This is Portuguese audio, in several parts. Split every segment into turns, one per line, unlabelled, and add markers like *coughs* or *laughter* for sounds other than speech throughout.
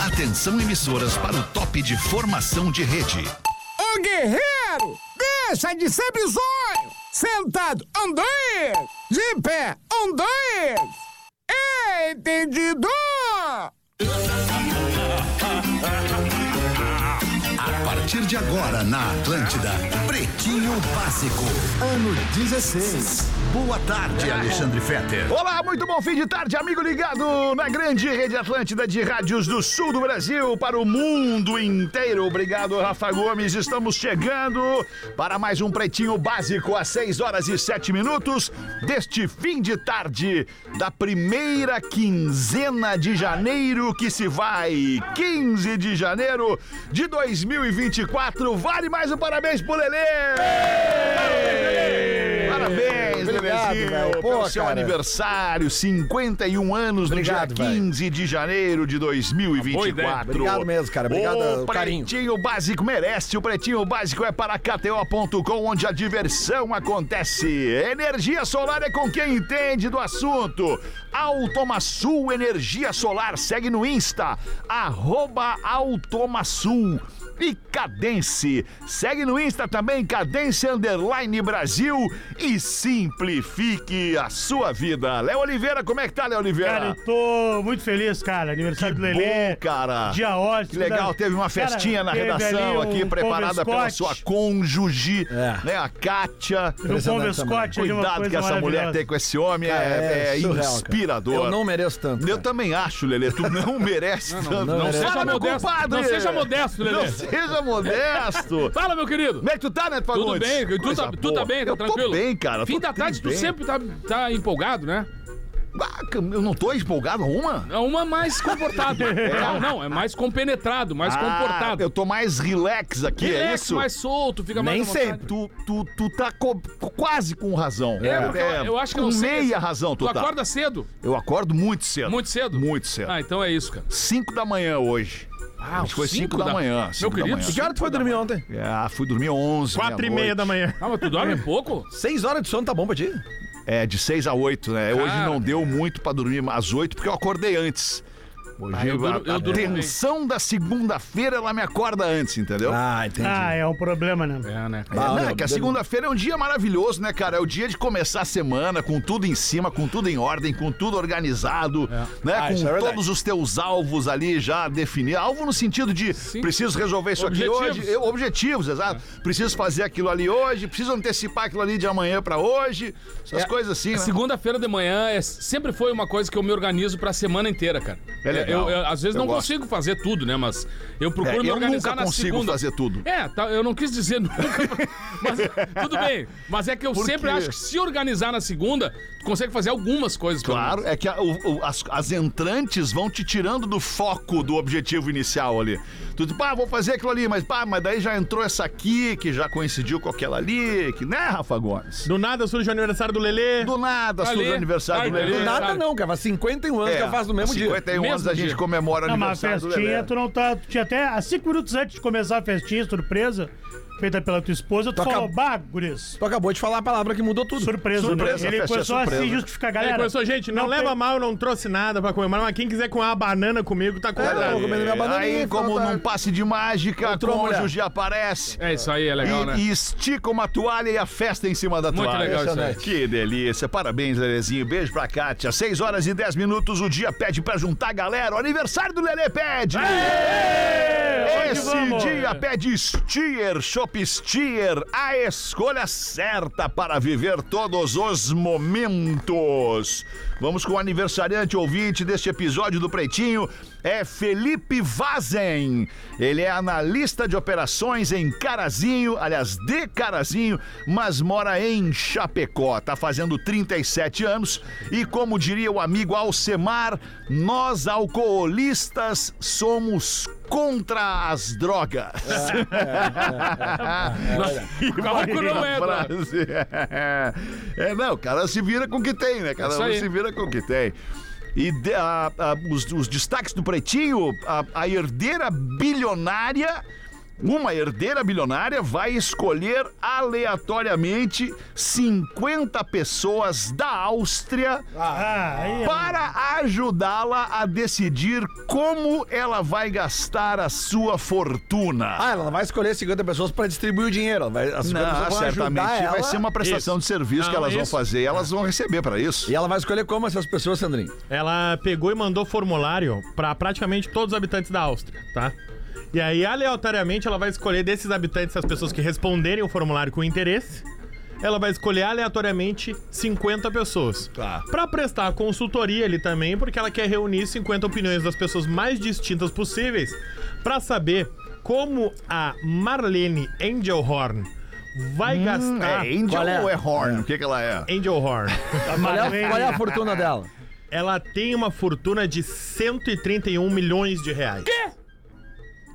Atenção emissoras para o top de formação de rede.
Ô guerreiro, deixa de ser bizonho! Sentado, andoi! De pé, andoi! Entendido!
A partir de agora na Atlântida, Pretinho Básico, ano 16. Boa tarde, Alexandre Fetter.
Olá, muito bom fim de tarde, amigo ligado na grande rede Atlântida de rádios do sul do Brasil para o mundo inteiro. Obrigado, Rafa Gomes. Estamos chegando para mais um Pretinho Básico às 6 horas e 7 minutos deste fim de tarde da primeira quinzena de janeiro que se vai. 15 de janeiro de 2024. Vale mais um parabéns pro Lelê! Parabéns,
Obrigado, velho.
Lelezinho,
Pô,
pelo seu
cara.
aniversário, 51 anos no dia
Obrigado, velho.
15 de janeiro de 2024.
Obrigado mesmo, cara. Obrigado,
o
o carinho.
Pretinho Básico merece. O Pretinho Básico é para KTO.com, onde a diversão acontece. Energia solar é com quem entende do assunto. Automaçul Energia Solar segue no Insta, arroba Automaçul. E Cadence. Segue no Insta também, Cadence Underline Brasil e simplifique a sua vida. Léo Oliveira, como é que tá, Léo
Cara, é eu
Oliveira?
tô muito feliz, cara. Aniversário do Lelê.
Bom, cara.
Dia ótimo.
Que legal,
né?
teve uma
Cara,
festinha na
teve ali
redação
um
aqui, preparada
Pombe
pela
Scott,
sua cônjuge,
É.
né? A Kátia.
No Pombe
Impressionante também.
Scott, ali uma
Cuidado
coisa
que essa mulher
maravilhosa.
tem com esse homem
Cara,
é, é
surreal, cara.
inspirador.
Eu não mereço tanto.
Eu
cara.
também acho, Lelê. Tu
*laughs*
não merece tanto.
não
Não,
merece.
seja
Fala, meu
modesto.
compadre. Não seja modesto, Lelê.
Não seja
*laughs*
modesto.
né? Fala, meu querido!
Como é que tu tá, Neto Fagundes?
Tudo bem, tu
Coisa
tá, tu
boa.
tá bem, tá
eu
tranquilo?
Tô bem, cara.
Fim
tô
da tarde, tu
bem.
sempre tá, tá empolgado, né?
Ah, eu não tô empolgado, uma?
É uma
*laughs*
mais comportada. Não, não, é mais compenetrado, mais
Ah,
comportado.
Eu tô mais relax aqui, é
Relax,
isso?
mais solto, fica Tá mais.
Nem
à vontade.
sempre.
Tu, tu, tu tá co- co- quase com razão.
É, porque eu- eu acho que eu
com
não sei-
meia razão tu,
Tu
tá.
acorda cedo?
Eu acordo muito cedo.
Muito cedo?
Muito cedo.
Ah, então é isso, cara.
5 da manhã hoje.
Ah,
Acho que foi
cinco
5 da,
da-
manhã. cinco da
querido,
manhã.
Que hora tu foi dormir ontem?
Ah, fui dormir 11.
Quatro e meia da manhã.
Ah, mas tu dorme pouco?
Seis horas de sono tá bom pra ti?
É, de 6 a 8, né? Hoje
Cara.
não deu muito pra dormir às 8, porque eu acordei antes. Hoje
Ah, eu
a,
durmo- eu
a
durmo bem.
tensão da segunda-feira ela me acorda antes, entendeu?
Ah, entendi.
Ah, é um problema, né?
É, né?
É,
Ah,
não,
meu,
é que a
deu-
segunda-feira é um dia maravilhoso, né, cara? É o dia de começar a semana com tudo em cima, com tudo em ordem, com tudo organizado, né?
Ah,
com
isso é verdade.
todos os teus alvos ali já definidos. Alvo no sentido de preciso resolver isso aqui
Objetivos. É.
hoje. Eu- objetivos, exato. Preciso fazer aquilo ali hoje, preciso antecipar aquilo ali de amanhã pra hoje. Essas
É,
coisas assim, né?
Segunda-feira de manhã é, sempre foi uma coisa que eu me organizo pra semana inteira, cara.
É legal.
Eu, eu- às vezes
Eu
não
gosto.
consigo fazer tudo, né? Mas eu procuro
É,
me
eu
organizar
nunca
na
consigo
segunda.
fazer tudo.
É, tá, eu não quis dizer *laughs* nunca, mas tudo bem. Mas é que eu
Por
sempre
quê?
acho que se organizar na segunda, tu consegue fazer algumas coisas. pelo
Claro,
menos.
é que a- o- o- as, as entrantes vão te tirando do foco do objetivo inicial ali. Tu diz, pá, vou fazer aquilo ali, mas pá, mas daí já entrou essa aqui, que já coincidiu com aquela ali, que né, Rafa Gomes?
Do nada surge o aniversário do Lelê.
Do nada,
Ali,
surge o aniversário do
tarde,
é
Lelê.
ali.
Nada
sabe?
não, cara. Faz 51 anos
É,
que eu faço no mesmo dia.
51 anos
Mesmo
a gente
dia.
comemora o
Não, Ah, mas a
aniversário do
festinha,
Lelê.
tu não tá. Tu tinha até. Há cinco minutos antes de começar a festinha, surpresa, feita pela tua esposa, tu
Toca-
falou, bah, guris.
Tu acabou de falar a palavra que mudou tudo.
Surpresa,
Surpresa,
né? Ele
a festa é
começou a se
surpresa.
justificar,
Ele
galera.
começou, gente, não, leva
tem-
mal, eu não trouxe nada pra comemorar, mas quem quiser comer uma banana comigo, tá
eu
convidado.
vou comer minha bananinha,
É, Aí, como
falta-
num passe de mágica,
Entrou a mulher.
cônjuge aparece.
É isso aí, é legal,
e,
né?
e estica uma toalha e a festa em cima da
Muito
toalha.
legal isso aí.
Que delícia. Parabéns, Lelezinho. Beijo pra Kátia. 6 horas e 10 minutos. O dia pede pra juntar a galera. O aniversário do Lelê pede. Esse
vamos.
dia pede Stier, Shop Stier, a escolha certa para viver todos os momentos. Vamos com o aniversariante ouvinte deste episódio do Pretinho, é Felipe Vazen. Ele é analista de operações em Carazinho, aliás, de Carazinho, mas mora em Chapecó. Tá fazendo 37 anos e, como diria o amigo Alcemar, nós alcoolistas somos contra as drogas.
Cavaco não é, Eduardo.
Frase. *laughs* É, não, o cara se vira com o que tem, né? Cada
Isso
um
aí.
se vira com o que tem. E de- a- a- os, os destaques do Pretinho, a, a herdeira bilionária Uma herdeira bilionária vai escolher aleatoriamente 50 pessoas da Áustria
Ah, aí.
para ajudá-la a decidir como ela vai gastar a sua fortuna.
Ah, ela não vai escolher 50 pessoas pra distribuir o dinheiro. ela Vai, as 50
Não,
pessoas vão
certamente
ajudar
vai
ela.
ser uma prestação de serviço que
Não,
elas vão
isso.
fazer e elas vão receber pra isso.
E ela vai escolher como essas pessoas, Sandrinho.
Ela pegou e mandou formulário pra praticamente todos os habitantes da Áustria, tá? E aí, aleatoriamente, ela vai escolher desses habitantes, as pessoas que responderem o formulário com interesse, ela vai escolher aleatoriamente 50 pessoas.
Tá.
Pra prestar consultoria ali também, porque ela quer reunir 50 opiniões das pessoas mais distintas possíveis pra saber como a Marlene Angelhorn vai gastar.
É Angel
Qual é?
ou é Horn? O que, que ela é?
Angelhorn.
Qual é, a- qual é a fortuna dela?
ela tem uma fortuna de 131 milhões de reais.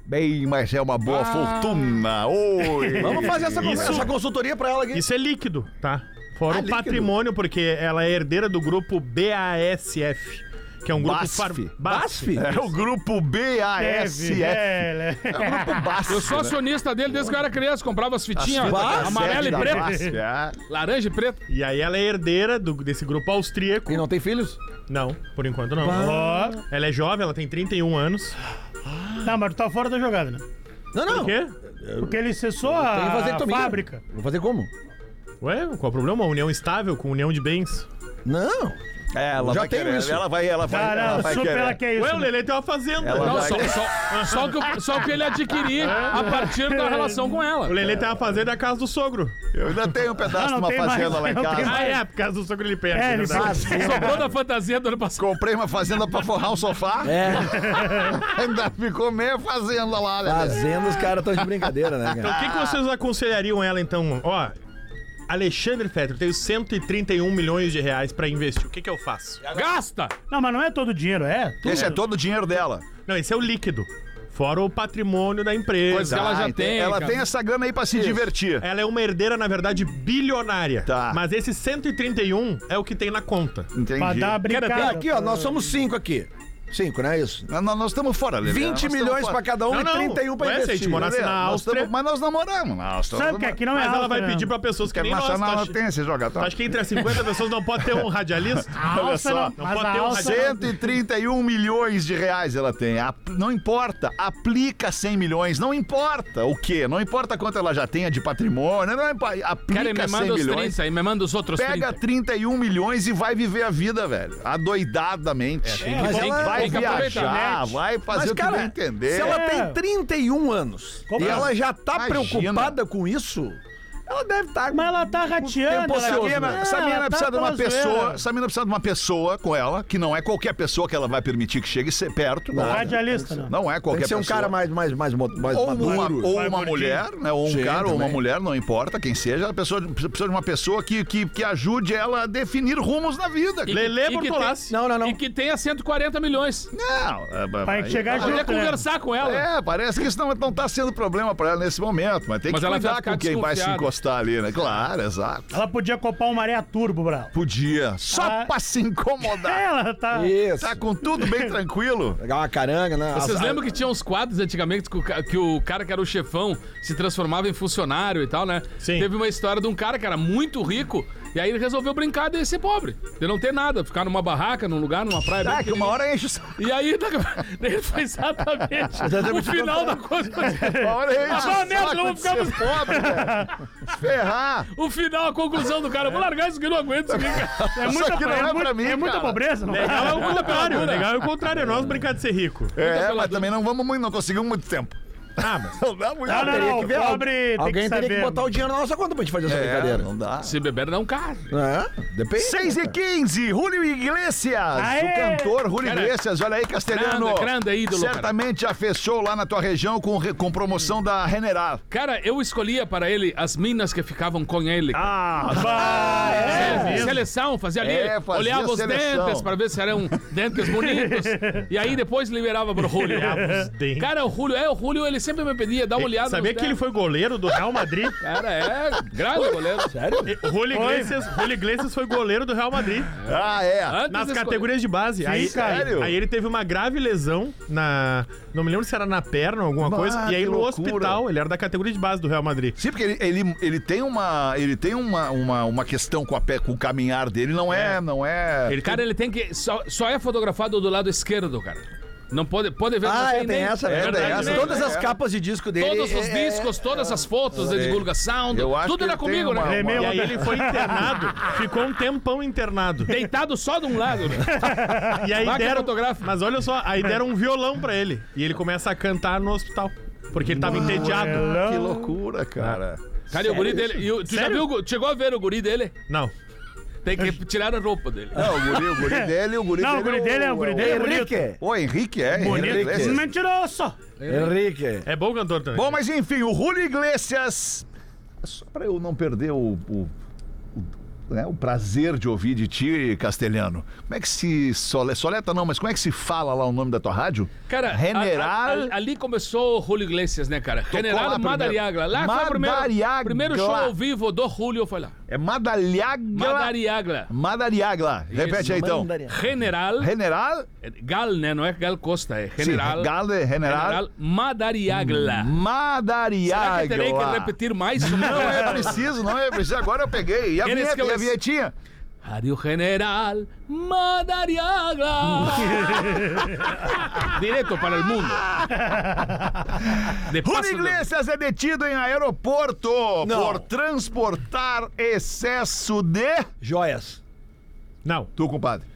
Bem, mas é uma boa fortuna. Oi!
Vamos fazer essa,
Isso-
essa consultoria pra ela aqui.
Isso é líquido, tá? Fora
Ah,
o
líquido.
patrimônio, porque ela é herdeira do grupo BASF, que é um grupo
BASF.
BASF.
BASF?
É o grupo BASF.
Deve, é, né?
É o grupo BASF.
Eu sou acionista dele desde que eu era criança, comprava as fitinhas
As fitas
amarela e
da
preta,
BASF, é.
laranja e preta.
E aí ela é herdeira do- desse grupo austríaco.
E não tem filhos?
Não, por enquanto não.
Ó.
Ela é jovem, ela tem 31 anos.
*laughs* Não, mas tu tá fora da jogada, né?
Não, não.
Por quê? Ah,
Porque ele cessou
Tem
a, a
vasectomia.
fábrica.
Vou fazer como?
Ué, qual é o problema? Uma união estável com união de bens.
Não.
É, ela
Já
vai
tenho
querer,
isso.
Ela vai, ela vai,
Tá,
ela
não,
vai
super ela
querer.
quer isso.
Ué, o
né?
Lelê tem uma fazenda.
Ela
Não,
vai-
só, só, só, o que, só o que ele
*laughs*
adquirir
É.
a partir da relação com ela.
O Lelê tem uma fazenda da casa do sogro.
Eu ainda tenho um pedaço
Não,
de
não
uma
tem
fazenda
mais,
lá em
não tem
casa.
mais.
Ah, é, por causa do sogro ele perde.
É, ele
verdade.
faz.
Sobrou da fantasia do ano passado.
Comprei uma fazenda pra forrar o sofá.
É,
Ainda ficou meia fazenda lá, né?
fazendo os caras tão de brincadeira, né, *laughs* cara?
Então, o que, que
Ah.
vocês aconselhariam ela, então? Ó, Alexandre Fetter, eu tenho 131 milhões de reais pra investir. O que, que eu faço?
Gasta!
Não, mas não é todo o dinheiro, é? tudo.
Esse é todo o dinheiro dela.
Não, esse é o líquido. Fora o patrimônio da empresa.
Pois ela já
ente-
tem,
Ela
cara.
tem essa grana aí pra se divertir.
Ela é uma herdeira, na verdade, bilionária.
Tá.
Mas esse 131 é o que tem na conta.
Pra
Entendi.
dar uma brincada.
Cara, aqui, ó, nós somos cinco aqui. Cinco, não é isso?
Nós, nós- nós estamos fora, Lelê.
20
Nós
milhões
estamos
pra
fora.
cada um
Não, não.
e 31 pra
Ué, se a
investir.
gente morar-
Lelê,
na
nós
Áustria-
estamos- mas nós namoramos. Nós
Sabe que aqui não é
Mas ela
alta,
vai
né?
pedir pra pessoas que
Porque
nem nós.
nacional
tá?
não tem esse jogador.
Acho que entre as 50 pessoas não pode ter um radialista.
A
Olha
alça
só.
não,
Não
mas
pode
a
Tá
ter um
alça...
centro.
131 milhões de reais ela tem. Ap- Não importa, aplica 100 milhões. Não importa o quê? Não importa quanto ela já tenha de patrimônio. Não impa-
Cara, e me
aplica 100
manda os
milhões.
30 e me manda os outros
Pega
30.
31 milhões e vai viver a vida, velho. Adoidadamente.
É,
Mas
Tem que-
ela-
vai
tem que aproveitar.
viajar, vai fazer
Mas,
o que
cara,
bem entender.
se ela
É.
tem 31 anos
Como
e
é?
ela já tá
Imagina.
preocupada com isso, ela deve estar.
Mas ela tá rateando.
Tempo
ela-
ocioso,
Essa mina,
né?
É,
essa mina
ela tá
precisa de uma
pela zoeira.
pessoa. Essa mina precisa de uma pessoa com ela, que não é qualquer pessoa que ela vai permitir que chegue se- perto. Não,
Radialista, não.
não é
Tem
qualquer
que ser um
pessoa.
cara mais, mais, mais, mo- mais
ou uma,
maduro.
ou
Vai
uma
curtir.
mulher, né? Ou um
Sim,
cara, ou uma
também.
mulher, não importa quem seja, a pessoa precisa de uma pessoa que, que, que ajude ela a definir rumos na vida.
E- e
Lelê
que tem-
Bortolassi.
Não, não, não.
E que tenha 140 milhões.
Não, é,
Vai chegar
aí-
junto.
Poder
né?
conversar com ela.
É, parece que isso não, não tá sendo problema pra ela nesse momento, mas tem
Mas
que
ela vai
cuidar
ficar
com quem vai se
desconfiada.
encostar ali, né? Claro, exato.
Ela podia copar um maré turbo, Brau.
Podia, só
Ah.
pra se incomodar.
Ela tá...
Isso.
Tá com tudo
*laughs*
bem tranquilo?
Pegar uma caranga, né?
Vocês
As-
lembram que tinha uns quadros antigamente que o, ca- que o cara que era o chefão se transformava em funcionário e tal, né?
Sim.
Teve uma história de um cara que era muito rico e aí ele resolveu brincar de ser pobre, de não ter nada, ficar numa barraca, num lugar, numa praia. bem
Ah, que uma
pequenininha.
hora enche o saco.
E aí, *laughs* daí ele foi exatamente o final da coisa.
Uma hora enche
Ah, vai mesmo, eu vou
o saco
ficar
de ser pobre,
*laughs*
velho. Ferrar.
O final, a conclusão do cara. Eu vou largar isso que eu não aguento isso aqui, cara.
É
Isso
muita,
aqui não é
é
pra
muito-
mim,
é muita
cara.
pobreza, não
Legal é o contrário.
Loucura.
Legal é o contrário. É nós brincar de ser rico.
É,
pela
mas também não vamos muito, não conseguimos muito tempo. *laughs*
Ah,
*laughs*
mas
Não dá muito
Não, não,
tempo.
não.
Teria que ver,
o
al-
pobre tem que
alguém teria que
saber.
botar o dinheiro na nossa conta pra gente fazer essa
É,
brincadeira.
não dá.
Se beber, dá um carro.
É, depende.
6 e 15, Julio Iglesias, o
Aê!
cantor Julio
Cara,
Iglesias, olha aí, Castelhano.
grande, grande ídolo, cara.
Certamente já fechou lá na tua região com, re- com promoção da Reneral.
Cara, eu escolhia para ele as minas que ficavam com ele.
Ah, é?
É, Seleção, fazia ali,
É, fazia
olhava os
seleção.
dentes para ver se eram dentes bonitos. e aí depois liberava pro Julio.
*laughs* Olhava os dentes.
Cara, o Julio, é, o Julio, ele se sempre me pedia,
Tá
dá uma olhada.
Sabia
né?
nos
que ele
técnicos.
foi goleiro do Real Madrid?
Cara, é grave goleiro.
Sério?
E- Julio Iglesias, Julio Iglesias foi goleiro do Real Madrid
Ah, é.
Antes
nas
desse
categorias de base. aí,
sério?
aí ele teve uma grave lesão na. Não me lembro se era na perna ou alguma
Bah,
coisa. E aí
que
no
loucura.
hospital, ele era da categoria de base do Real Madrid.
Sim, porque ele, ele, ele tem uma ele tem uma, uma, uma questão com a pé, com o caminhar dele, não é, não é.
Ele
Cara, ele tem que. Só, só é fotografado do lado esquerdo, cara. Não pode, pode ver
Ah, é, tem
nem-
essa,
É
né? Tem
verdade,
essa.
né?
Todas as capas de disco dele.
Todos os
é-
discos, todas as fotos de divulgação,
Eu acho que
tudo era
ele tem
comigo,
uma-
né?
uma-
E aí ele foi internado, ficou um tempão internado.
Deitado só de um lado. né?
E aí
Vaca
deram,
fotográfica.
mas olha só, aí deram um violão pra ele e ele começa a cantar no hospital, porque ele tava entediado.
Que loucura, cara.
Cara, e o guri dele. e o- tu já
Sério?
viu, o gu- chegou a ver o guri dele?
Não.
*laughs*
Tem que tirar a roupa dele.
Não, o guri, o guri dele, o guri
É. Não, o
dele.
guri dele é o guri dele. é bonito.
Henrique.
Ô, Henrique é.
Bonito.
Henrique.
Mentiroso.
Henrique.
É bom cantor também.
Bom, mas enfim, o Julio Iglesias. É Só pra eu não perder o, o, o, né, o prazer de ouvir de ti, Castelhano. Como é que se. Sole, soleta não, mas como é que se fala lá o nome da tua rádio?
Cara, a- a-
General.
a- ali começou o Julio Iglesias, né, cara?
lá
General
primeiro.
Madariaga. Lá foi o primeiro,
Madariaga.
primeiro show ao vivo do Julio, foi lá.
É Madalhaga.
Madariaga.
Madariaga. Repete aí então.
Mandaria.
General.
General.
Gal, né? Não é Gal Costa, é General.
Sim, Gale, General. Hum.
General Madariagla. Será
Madariaga.
que terei que repetir mais uma
Não *laughs*
vez?
é preciso, não é preciso. Agora eu peguei. E a
Eles
vinheta,
que eu-
e a vinhetinha?
Rádio General Madariaga. Direto para o mundo. De
Rony
passo do-
Iglesias é detido em aeroporto por transportar excesso de.
Joias.
Não,
Tu, compadre.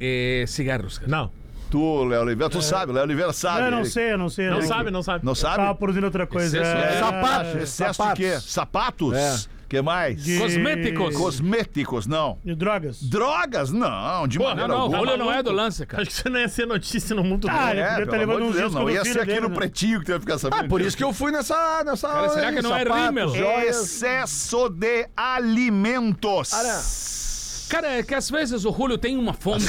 Eh, cigarros, cara.
não.
Tu, Léo Oliveira, tu sabe, Léo Oliveira sabe.
Eu É. não
Ele-
sei, eu não sei.
Não
eu
sabe, não sabe.
Não sabe?
Tava produzindo outra coisa.
Excesso,
É,
né?
Sapatos.
Excesso
sapatos.
de quê? Sapatos? que mais?
de-
Cosméticos.
Cosméticos, não.
De drogas.
Drogas? Não, de
Porra,
maneira
não, o
alguma.
Julio não é do lance, cara.
*laughs* Acho que isso não ia ser notícia no mundo
Ah, ele
todo.
podia
É,
estar
pelo
levando
amor
uns
de Deus,
discos
não.
do
Ia ser
filho
aqui
dele,
no
né?
pretinho que tu ia ficar sabendo.
Ah, por isso que eu fui nessa. nessa
Cara, será que não é rímel?
Joias.
Excesso de alimentos.
Cara.
Cara, é que às vezes o Julio tem uma fome.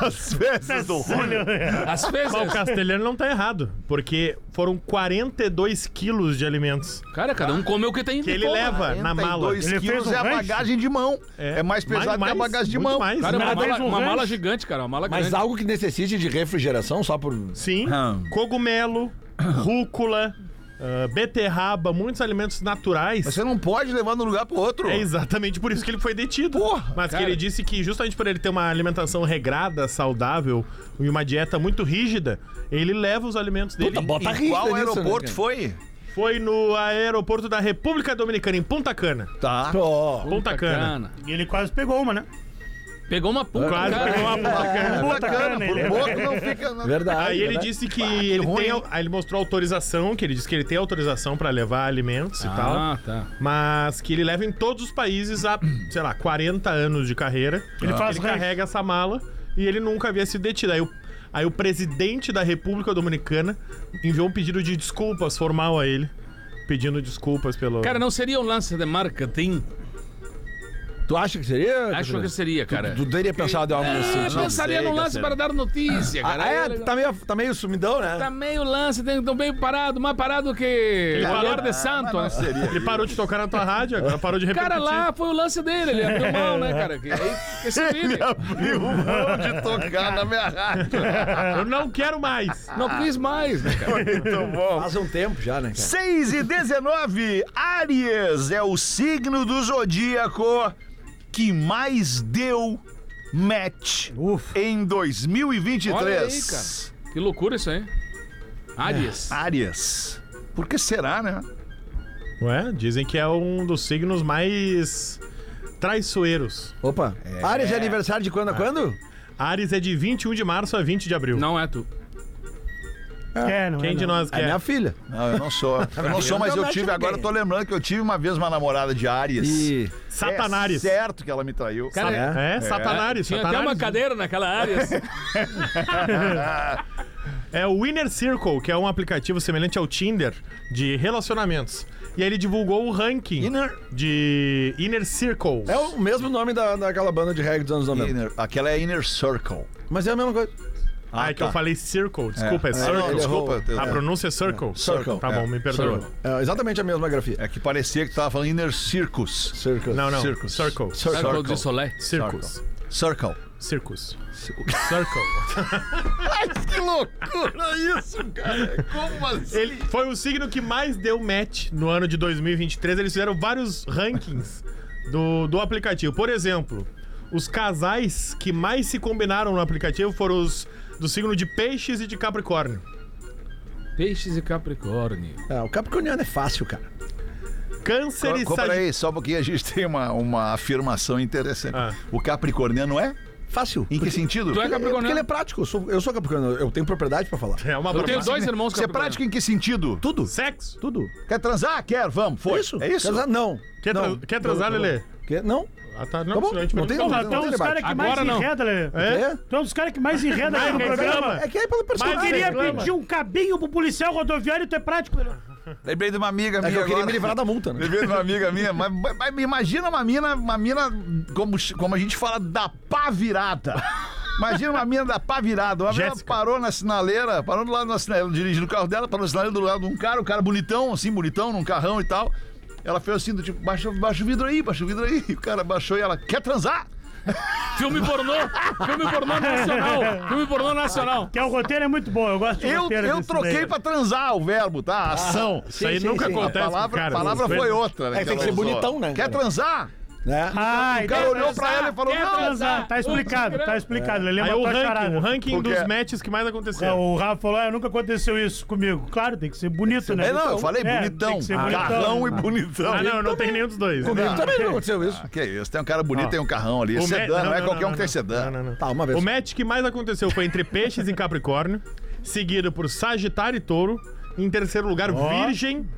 Às vezes do Julio.
Às vezes.
Ah,
Mas o Castelhano não tá errado, porque foram 42 quilos de alimentos
Cara, cada um come o que tem.
que ele leva na mala.
42
Ele
quilos
fez um
é a
rancho?
bagagem de mão. É, mais pesado que a bagagem de
muito
mão.
Mais.
Cara, uma,
Mas
mala,
desde um
uma
rancho.
mala gigante, cara. Uma mala
Mas
grande.
algo que necessite de refrigeração só por.
Sim,
Ah. *coughs*
cogumelo, rúcula, ah, beterraba, muitos alimentos naturais.
Mas Você não pode levar de um lugar pro outro.
É exatamente por isso que ele foi detido.
Porra,
Mas
cara.
que ele disse que justamente por ele ter uma alimentação regrada, saudável e uma dieta muito rígida, ele leva os alimentos dele.
Puta, bota né,
Em
risco.
Qual aeroporto foi?
Foi no aeroporto da República Dominicana, em Punta Cana.
Tá.
Pô,
Punta Cana.
E ele quase pegou uma, né?
Pegou uma puta.
Quase
cara.
pegou uma Punta Cana.
Puta cana,
por
ele é.
pouco não fica. na-
verdade.
Aí ele
verdade.
disse que ele
ruim,
tem,
hein?
aí ele mostrou autorização, que ele disse que ele tem autorização pra levar alimentos e tal,
Ah, tá.
mas que ele leva em todos os países há, *clears throat* sei lá, 40 anos de carreira.
Ele faz
ele
rancho.
carrega essa mala e ele nunca havia sido detido. Aí o, aí o presidente da República Dominicana enviou um pedido de desculpas formal a ele, pedindo desculpas pelo
Cara, não seria um lance de marketing?
Tu acha que seria?
Acho que seria, cara.
Tu teria pensado em algo nesse
É,
sentido.
pensaria num lance para dar notícia, cara.
Ah, é,
Ele-
tá meio, tá meio sumidão, né?
Tá meio lance, tem- tão bem parado, mais parado que
parou-
Valor
Ah,
de Santo, né?
Ele parou de tocar na tua rádio, agora parou de
O
repetir.
Cara, lá foi o lance dele, ele abriu mão, né, cara? Que, aí,
*laughs*
que se vire.
Abriu mão de tocar na minha *laughs* rádio.
Eu não quero mais.
Não quis mais, né, cara?
Muito bom.
Faz um tempo já, né, cara?
6 e 19, Áries é o signo do zodíaco que mais deu match em 2023.
Olha aí, cara. Que loucura isso aí. Áries.
É. Áries. Por que será, né?
Ué, dizem que é um dos signos mais traiçoeiros.
Opa. Áreas de aniversário de quando a quando?
Ares é de 21 de março a 20 de abril.
Não é tu.
É, não é,
Quem de
não.
nós
É,
quer?
minha filha.
Não, eu não sou. Eu não sou, mas eu tive. Agora eu tô lembrando que eu tive uma vez uma namorada de Áries.
E.
Satanares.
É certo que ela me traiu.
Cara,
É, Satanares.
tinha
Tá
até
Satanares.
uma
né?
cadeira naquela
*laughs*
Áries.
É o Winner Circle, que é um aplicativo semelhante ao Tinder de relacionamentos. E aí ele divulgou o ranking
Inner-
de Inner Circle.
É o mesmo nome da, daquela banda de reggae dos anos 90.
Inner- aquela é Inner Circle. tá.
Mas né? é a mesma coisa.
Ah, é que eu falei circle. Desculpa, é,
ele
circle.
errou.
Desculpa, eu-
A pronúncia é circle.
Circle.
Tá bom, me perdoa.
É exatamente a mesma grafia.
É que parecia que tu tava falando Inner Circus.
Circle.
Não, não.
Circus.
Circle.
Sabe qual de Solé?
Circus.
Circle.
Circus. Circle.
Que loucura isso, cara. Como assim?
Ele foi o signo que mais deu match no ano de 2023. Eles fizeram vários rankings do, do aplicativo. Por exemplo, os casais que mais se combinaram no aplicativo foram os do signo de peixes e de capricórnio.
Peixes e Capricórnio.
É, o capricorniano é fácil, cara.
Câncer e
Co- co-
sagitário.
Peraí, só porque a gente tem uma, uma afirmação interessante.
Ah.
O Capricorniano é?
Fácil.
Em que sentido?
Tu é
É porque ele é prático. Eu sou, eu sou capricorniano. Eu tenho propriedade pra falar.
É uma
Eu tenho
barbaridade.
dois irmãos
Você é
Capricórnio.
prático em que sentido?
Tudo.
Sexo?
Tudo.
Quer transar? Quer, vamos, foi.
Isso.
É isso?
Quer transar? Não.
Quer,
não.
tra- quer transar,
Não, não,
Lelê?
não. Quer- Não.
Ah, tá. Não,
Tá bom.
senão a gente
Não tem-
pergunta.
Porra,
não
tu é um dos
debate.
caras que mais
Agora não.
enreda, Lelê.
É?
É?
Tu é um dos caras que mais enreda aqui no
Mas
programa.
reclama.
É que é pelo
Eu
personagem.
queria
reclama.
pedir um cabinho pro policial rodoviário, tu é prático. Lelê.
Lembrei de uma amiga minha.
É que eu queria
agora.
me livrar da multa, né?
Lembrei de uma amiga minha. Mas, mas- mas me imagina uma mina, uma mina como, ch- como a gente fala, da pá virada. Imagina uma mina da pá virada. Uma mina
Jéssica.
parou na sinaleira, parou do lado da sinaleira, dirigindo o carro dela, parou na sinaleira do lado de um cara, um cara bonitão, assim, bonitão, num carrão e tal. Ela fez assim, do tipo, baixa, baixa o vidro aí, baixa o vidro aí. E o cara baixou e ela, quer transar?
Filme pornô! Filme pornô
*laughs*
nacional! Filme pornô nacional!
Que é, o roteiro é muito bom, eu gosto do
Eu,
roteiro.
eu
desse Ah,
troquei
daí.
pra transar o verbo, tá? A ação.
Isso aí
Sim, sim,
nunca
sim.
A
acontece. com
palavra,
cara.
a palavra foi outra, né?
É, tem que
ela
ser
usou.
bonitão, né,
Quer
cara?
transar?
Né?
Ah,
O cara
então-
olhou pra ela e falou,
quer
não,
transar.
Tá explicado, tá explicado. Lelê
é. Aí o
matou a
ranking, o
charada.
ranking
Porque-
dos matches que mais
É,
aconteceu.
o Rafa falou, ah, nunca aconteceu isso comigo. Claro, tem que ser bonito, né?
É, não, eu falei
É,
bonitão.
tem que ser
Ah,
bonitão.
Carrão e bonitão.
Ah, não, não tem nenhum dos dois.
Comigo
Não.
também não aconteceu isso.
Ah, que isso, tem um cara bonito,
Ó.
tem um carrão ali.
O
Sedã,
match-
não, é qualquer um que tem sedã.
Não, não, não.
Tá, uma vez.
O match que mais aconteceu foi entre peixes e capricórnio, seguido por Sagitário e Touro, em terceiro lugar Virgem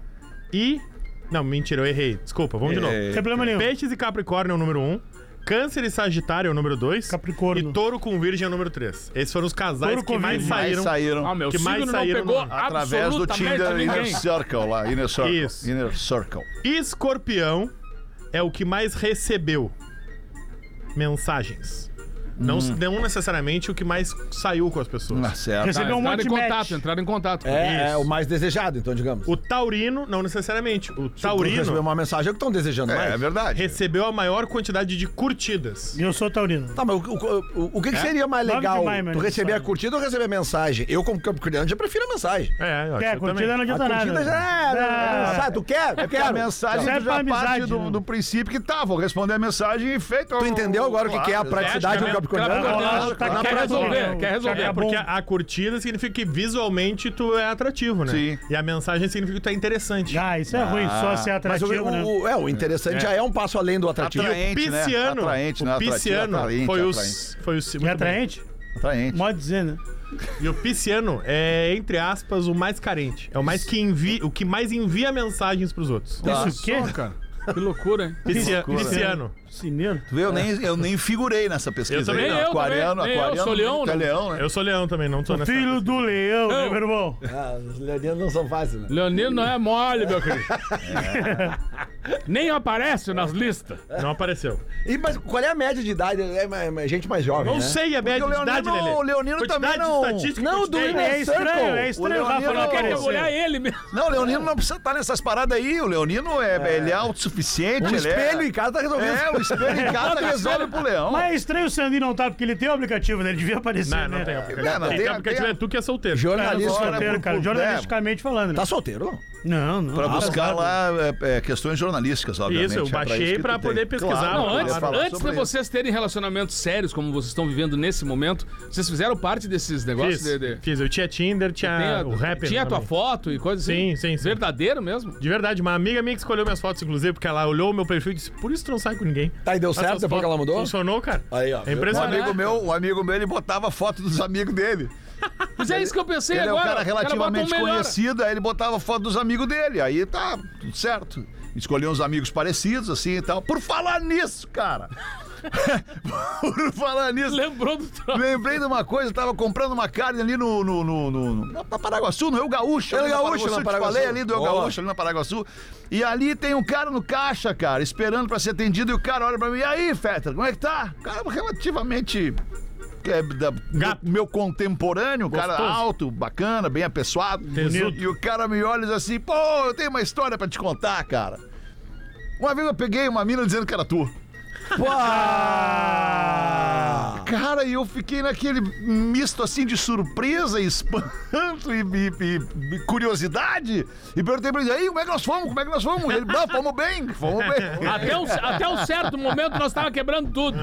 e... Não, mentira, eu errei. Desculpa, vamos de
Não
novo.
tem problema nenhum.
Peixes e capricórnio é o número 1, um, Câncer e Sagitário é o número 2
Capricórnio.
e Touro com Virgem é o número 3. Esses foram os casais
Touro
que
com
mais
Virgem.
Mas
saíram.
saíram
Ah, meu
Que mais
signo não
saíram
pegou
no-
através do Tinder
absolutamente
Inner
ninguém.
Circle lá. Inner Circle.
Isso.
Inner Circle.
Escorpião é o que mais recebeu mensagens. Não, não necessariamente o que mais saiu com as pessoas.
Ah, certo.
Recebeu um monte
Entraram
de
em
match.
contato, entraram em contato.
É, é
Isso.
o mais desejado, então, digamos.
O Taurino, não necessariamente.
Se
O
tu receber
Taurino
uma mensagem, é o que estão desejando
É,
mais.
é verdade.
recebeu a maior quantidade de curtidas.
E eu sou taurino.
Tá, mas o, o- o- o que, que seria mais
Nove de
legal?
maio, meu
tu receber a
aniversário.
curtida ou receber a mensagem? Eu, como capricorniano, já prefiro a mensagem.
É, eu acho
É,
que eu
curtida
também.
não adianta
a curtida
nada.
já é,
É.
sabe, tu quer? Eu
A
quero.
mensagem
Serve
tu já
pra
parte
amizade,
do,
né?
do princípio que tá, vou responder a mensagem e feito.
Tu entendeu agora o que, que é a praticidade do
né?
capricorniano?
Claro,
Ah,
claro, claro.
quer
Quer resolver, quer resolver.
É porque a a curtida significa que visualmente tu é atrativo, né?
Sim.
E a mensagem significa que tu é interessante.
Ah, isso é ruim, só ser
Mas o,
atrativo, né?
o- é, o interessante já é um passo além do atrativo.
Atraente, né?
Pisciano,
Atraente, né?
o
Atrativo,
pisciano
atraente,
foi, o
atraente.
foi o segundo.
E atraente?
Atraente.
Modo de dizer, né?
E o pisciano é, entre aspas, o mais carente. É o mais que envia, o que mais envia mensagens pros outros.
Isso o quê?
cara. Que loucura, hein?
Piscia-
loucura.
pisciano.
Piscineiro.
Tu vê, Eu nem, eu nem figurei nessa pesquisa.
Eu também
aí,
não,
né?
eu
Aquariano,
também, nem eu,
aquariano.
sou leão,
tu é
né?
leão, né?
Eu sou leão também, não é tô nessa.
Filho do leão, né,
Não.
meu irmão?
Ah, os leoninos não são fáceis, né?
Leonino não é mole, meu querido. Nem aparece nas listas.
Não apareceu.
E, mas qual é a média de idade? É, é, é gente mais jovem,
Não
né?
sei a média
o
de idade,
Leonino-
Lelê.
o Leonino
Quantidade
também não-
estatística
Não,
que tu
do Um
tem.
Inner
É estranho, é estranho,
O
Rafa, não
Leonino-
quer
Quer
olhar
olhar É ele mesmo.
Não, o Leonino não precisa estar nessas paradas aí. O Leonino é, ele é autossuficiente.
Um
ele é-
espelho em casa tá resolvendo.
É, o espelho em casa resolve pro leão.
Mas é estranho o Sandinho não tá, porque ele tem o aplicativo, né? Ele devia aparecer, né?
Não, não
Não,
tem
não,
aplicativo. Quem
tem-
tem aplicativo é tu que é solteiro.
Cara, eu
Jornalista.
sou
Agora,
solteiro,
por-
cara,
por-
jornalisticamente falando, né?
Tá solteiro, não?
Não, não.
Pra
Ah,
buscar
sabe.
lá é, é, questões jornalísticas, obviamente.
Isso, eu
é pra
baixei
isso que
pra
tu tem.
poder pesquisar.
Claro,
Não,
pra
antes,
falar
falar
antes de
sobre
vocês terem relacionamentos sérios como vocês estão vivendo nesse momento, vocês fizeram parte desses negócios
Fiz,
de. de-
fiz. Eu tinha Tinder,
Tem
tinha
a-
o rapper.
tinha a tua
também.
foto e coisa assim?
Sim, sim, sim.
Verdadeiro mesmo?
De verdade, uma amiga minha que escolheu minhas fotos, inclusive, porque ela olhou o meu perfil e disse: Por isso tu não sai com ninguém.
Tá, e deu certo
Essas
depois que
fotos
ela mudou?
Funcionou, cara.
Aí, ó.
É
Um
impressionante.
amigo, meu, um amigo meu, ele botava foto dos amigos dele.
Mas é isso que eu pensei
Ele é um
agora.
cara
O bota
relativamente
um melhor.
conhecido, aí ele botava foto dos amigos dele. Aí tá, tudo certo. Escolheu uns amigos parecidos, assim e tal. Por falar nisso, cara! *laughs* Por falar nisso,
Lembrou do troço.
Lembrei de uma coisa, eu tava comprando uma carne ali no. no, no, no, no- na Paraguaçu, no Rio Gaúcho.
Rio
ali na
Gaúcho,
Paraguaçu,
na
eu te
Paraguaçu.
falei ali do Rio
Boa.
Gaúcho, ali na Paraguaçu. E ali tem um cara no caixa, cara, esperando pra ser atendido, e o cara olha pra mim, e aí, Fetter, como é que tá? O Cara, relativamente. é da-
Gato.
meu contemporâneo, um cara
Gostoso.
alto, bacana, bem apessoado.
Tesudo.
E o cara me olha e diz assim: pô, eu tenho uma história pra te contar, cara. Uma vez eu peguei uma mina dizendo que era tu. Cara, e eu fiquei naquele misto assim de surpresa, *laughs* e espanto e, e- e- e curiosidade. E perguntei pra ele: aí, como é que nós fomos? Como é que nós fomos? Ele, não, fomos bem, fomos bem.
Até um, até um certo momento nós tava quebrando tudo.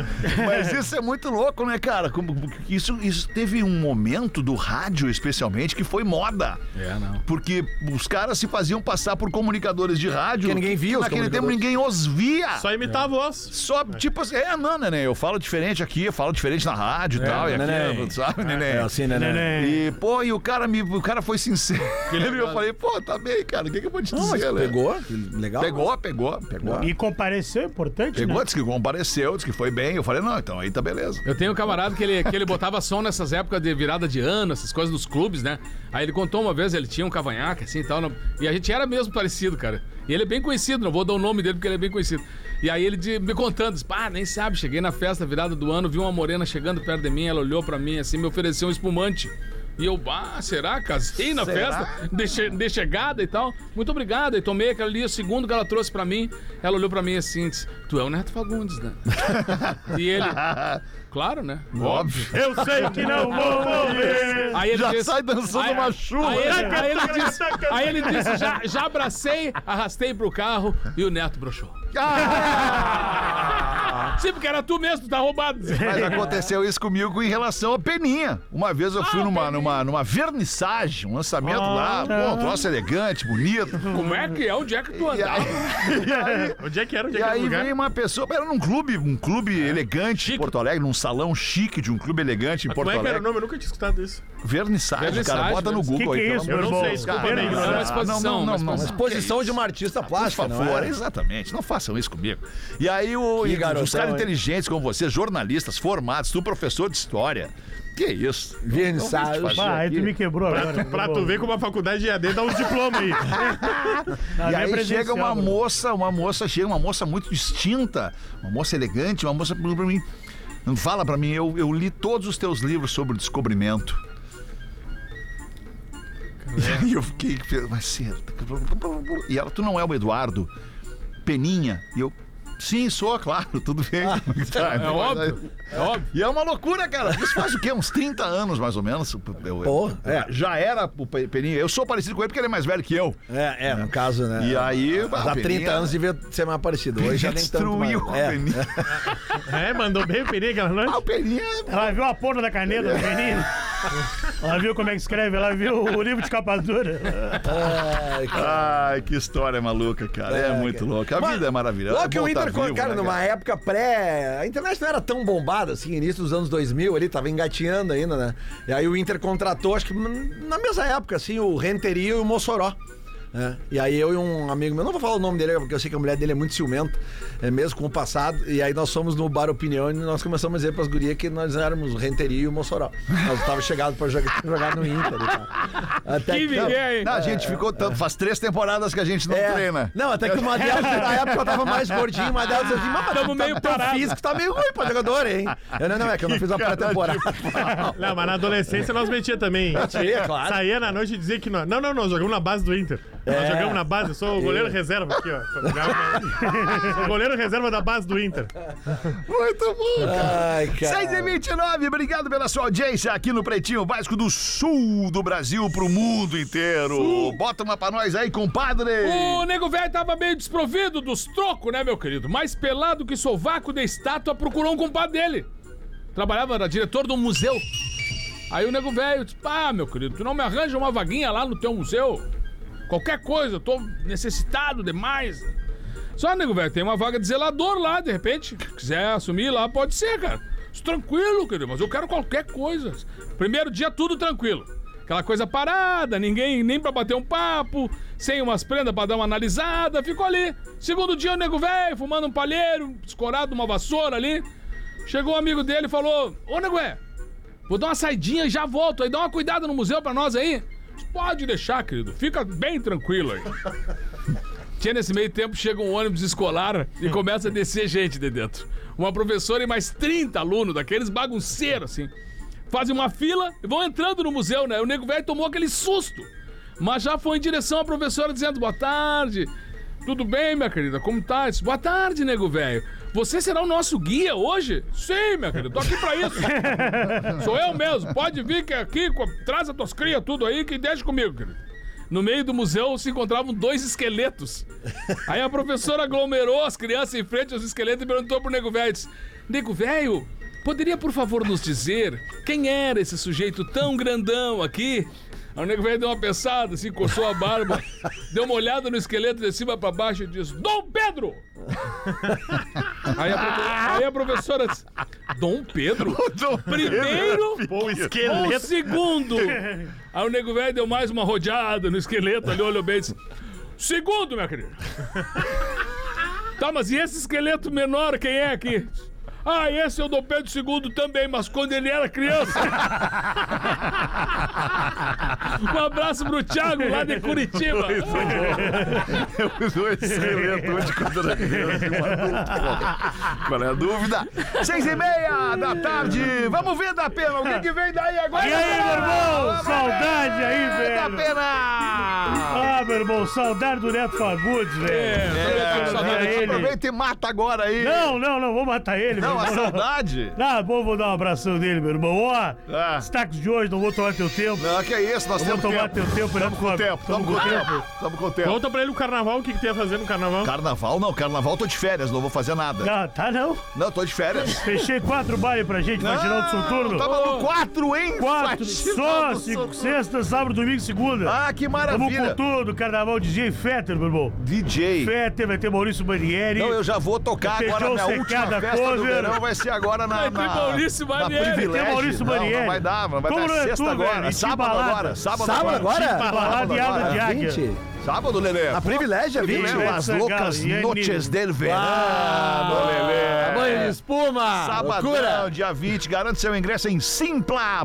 Mas isso é muito louco, né, cara? Como- Isso, isso teve um momento do rádio, especialmente, que foi moda.
É, não.
Porque os caras se faziam passar por comunicadores de rádio.
Que ninguém via os
Naquele tempo ninguém os via. Só,
Só imitar a voz.
tipo assim, é, não, neném, eu falo diferente aqui, eu falo diferente na rádio e tal. E aqui,
É, neném.
sabe, neném?
É assim, né? né?
E, pô, e o cara, me, o cara foi
*laughs*
sincero. E *laughs* eu falei, pô, tá bem, cara, o que, que eu vou te dizer, né?
é Pegou? Que Legal.
Pegou, pegou, pegou.
E compareceu, é importante,
Pegou,
né?
disse que compareceu, disse que foi bem. Eu falei, não, então aí tá beleza.
Eu tenho um camarada que ele, que ele botava som nessas épocas de virada de ano, essas coisas nos clubes, né? Aí ele contou uma vez, ele tinha um cavanhaque assim e tal. não- E a gente era mesmo parecido, cara. E ele é bem conhecido, não vou dar o nome dele porque ele é bem conhecido. E aí ele de- me contando, disse, pá, nem sabe, cheguei na festa virada do ano, vi uma morena chegando perto de mim, ela olhou pra mim assim, me ofereceu um espumante. E eu, ah, será? Casei na festa de, che- de chegada e tal. Muito obrigado. E tomei aquela ali, o segundo que ela trouxe pra mim. Ela olhou pra mim assim, disse, tu é o Neto Fagundes, né? e ele, claro, né?
Óbvio.
*laughs*
Eu sei que não vou morrer.
Aí ele
Já
disse,
sai dançando
aí-
uma chuva.
Aí ele, aí ele disse, aí ele disse, já, já abracei, arrastei pro carro e o neto broxou. Sim, porque era tu mesmo, tu tá roubado.
Ah, Mas aconteceu isso comigo em relação à peninha. Uma vez
Ah,
eu fui numa, numa, numa vernissagem, um lançamento lá, pô,
tá.
um troço elegante, bonito.
*laughs*
Como é que é? Onde é que tu
E *laughs*
andava?
aí,
Onde é que era?
e
Onde é que era o
aí
lugar?
veio uma pessoa, era num clube, um clube elegante
Chique.
em Porto Alegre, num salão chique de um clube elegante em Porto
Como é que era o
Alegre.
nome? Eu nunca tinha escutado isso.
Vernissagem, cara,
Vernissagem,
bota no
vernissagem.
Google
Que que
aí.
é
pelo
isso,
amor
meu
de
irmão?
Deus, cara.
Desculpa,
Não,
né?
não, não, não,
Uma exposição, uma
não,
exposição.
não.
Posição de uma artista
Ah, Por
plástica, não
favor,
é?
exatamente. Não façam isso comigo. E aí, o,
Que
e os
garotão,
caras
hein?
inteligentes como você, jornalistas, formados, tu professor de história. Que isso?
Vernissage.
Não, não vou te fazer
Ah, aí tu
aqui.
me quebrou agora.
Pra tu ver como a faculdade de AD dá uns diplomas aí.
Não,
E
não é
aí chega
presencial,
uma
Bruno.
moça, uma moça, chega uma moça muito distinta, uma moça elegante, uma moça pergunta pra mim. Fala pra mim, eu, eu li todos os teus livros sobre o descobrimento. *laughs* E aí eu fiquei, mas será? E ela, tu não é o Eduardo? Peninha? E eu, sim, sou, claro, tudo bem. *laughs* Tá, então,
É óbvio, é óbvio.
E é uma loucura, cara. Isso faz o quê? Uns 30 anos, mais ou menos. Eu- eu-
Pô, é.
Já era o Pe- Peninha. Eu sou parecido com ele porque ele é mais velho que eu.
É, é, no caso, né?
E aí...
Mas há 30 anos devia ser mais parecido. Hoje já nem tanto mais.
Destruiu o
É.
Peninha.
É, mandou bem o perigo aquela
Ah,
noite.
o Peninha...
*laughs*
Ela viu a ponta da caneta do menino. Ela viu como é que escreve, ela viu o livro de capa dura.
Ai, cara.
Ai, que história maluca, cara. É,
É,
muito
cara.
louco. A
Mas-
vida é maravilhosa.
Logo que
É
o
bom
Inter,
tá vivo,
cara,
né,
numa época pré... A internet não era tão bombada, assim, início dos anos 2000 ali, tava engatinhando ainda, né? E aí o Inter contratou, acho que na mesma época, assim, o Renteria e o Mossoró. né? E aí eu e um amigo meu, não vou falar o nome dele, porque eu sei que a mulher dele é muito ciumenta, é mesmo com o passado. E aí nós fomos no Bar Opinião e nós começamos a dizer pras gurias que nós éramos o Renteria e o Mossoró. Nós tava chegado pra jogar, jogar no Inter e tal. Até
Que migué, hein?
Não, a gente ficou tanto. Faz três temporadas que a gente não
é.
treina.
Não, até que
*laughs*
uma delas, na época eu tava mais gordinho, uma delas eu disse, mas
Tamo meio
teu
parado."
físico tá meio ruim pra jogador, hein? Eu não, não, é que eu não fiz a pré-temporada. *laughs*
Não, mas na adolescência nós metia também.
Metia, é claro.
Saía na noite e dizia que nós. Não, não, nós jogamos na base do Inter. Nós
É.
jogamos na base, eu sou o goleiro reserva aqui, ó. Sou o goleiro reserva da base do Inter.
Muito bom, cara.
Ai, É, cara.
6 e 29 obrigado pela sua audiência aqui no Pretinho Básico do Sul do Brasil pro mundo inteiro. Bota uma pra nós aí, compadre.
O nego velho tava meio desprovido dos trocos, né, meu querido? Mais pelado que sovaco de estátua, procurou um compadre dele. Trabalhava, era diretor de um museu. Aí o nego velho disse: pá, meu querido, tu não me arranja uma vaguinha lá no teu museu? Qualquer coisa, eu tô necessitado demais. Só, nego velho, tem uma vaga de zelador lá, de repente. Quiser assumir lá, pode ser, cara. Isso Tranquilo, querido, mas eu quero qualquer coisa. Primeiro dia, tudo tranquilo. Aquela coisa parada, ninguém nem pra bater um papo, sem umas prendas pra dar uma analisada, ficou ali. Segundo dia, o nego velho, fumando um palheiro, escorado uma vassoura ali. Chegou um amigo dele e falou: Ô, nego velho, Vou dar uma saidinha e já volto. Aí dá uma cuidada no museu pra nós aí. Pode deixar, querido. Fica bem tranquilo aí. Tinha nesse meio tempo, chega um ônibus escolar e começa a descer gente de dentro. Uma professora e mais 30 alunos, daqueles bagunceiros, assim. fazem uma fila e vão entrando no museu, né? O nego velho tomou aquele susto, mas já foi em direção à professora dizendo: boa tarde, tudo bem, minha querida, como tá? Eu disse, boa tarde, nego velho. Você será o nosso guia hoje? Sim, minha querida, tô aqui pra isso. Sou eu mesmo. Pode vir que aqui, co- traz as tuas crias, tudo aí, que deixa comigo, querido. No meio do museu se encontravam dois esqueletos. Aí a professora aglomerou as crianças em frente aos esqueletos e perguntou pro Nego Velho. disse, Nego Velho, poderia por favor nos dizer quem era esse sujeito tão grandão aqui? Aí o Nego Velho deu uma pensada, assim, coçou a barba, deu uma olhada no esqueleto de cima pra baixo e disse, Dom Pedro! Aí a, profe- aí a professora disse, Dom Pedro? Primeiro
Pô,
ou
esqueleto.
segundo? Aí o nego velho deu mais uma rodeada no esqueleto ali, olhou bem e disse: Segundo, minha querida. tá, mas e esse esqueleto menor, quem é aqui? Ah, esse é o Dom Pedro II também, mas quando ele era criança. um abraço pro Thiago lá de Curitiba.
Do
*laughs*
esqueleto um hoje quando era criança e um adulto. Qual é a dúvida? Seis e meia da tarde. Vamos ver da pena. O que, que vem daí agora?
E aí, meu irmão?
Vamos ver
Saudade aí,
Da
velho.
pena.
Ah, meu irmão, saudade do Neto Fagundes, velho.
É,
É,
saudade
né?
dele.
Aproveita e mata agora aí.
Não, não, não, vou matar ele,
Não,
meu
a
irmão. não.
saudade.
Ah, bom, vou dar um abração dele, meu irmão. Ó,
Ah.
destaques de hoje, não vou tomar teu tempo.
Não, que é isso, nós
Não vou
temos
tomar
tempo.
teu tempo, não.
Com tempo,
Tamo
estamos com
com tempo.
tempo. Estamos com tempo.
Conta pra ele o carnaval, o que, que tu ia fazer no carnaval?
Carnaval não, carnaval eu tô de férias, não vou fazer nada.
Ah, tá não.
Não, tô de férias.
Fechei quatro bares pra gente, pra tirar do seu turno.
Tava no quatro, hein?
Quatro,
Faxinal
só
do Soturno.
cinco, sexta, sábado, domingo e segunda.
Ah, que
Tamo com
maravilha.
tudo, carnaval DJ Fetter, meu irmão.
DJ.
Fetter, vai ter Maurício Banieri.
Não, eu já vou tocar
Feijão
agora. Minha última
secada,
festa do
cover.
verão vai ser agora na.
Vai ter
na
Maurício
na
Manieri, vai ter
privilégio.
Maurício
não, não
Manieri.
vai dar, não vai
Como
dar.
não é
sexta
tu,
agora.
velho? E que
Sábado
balada.
agora. Sábado,
Sábado agora? Tá
Balada e água de águia.
20?
Sábado, Lelê.
A privilégio é 20?
Lelê,
Ivete
as
Sangalo,
loucas
Ian
noches
Nilsson.
del verano, Lelê.
Banho Ah, de espuma!
Sabadão,
Loucura!
dia 20. Garante seu ingresso em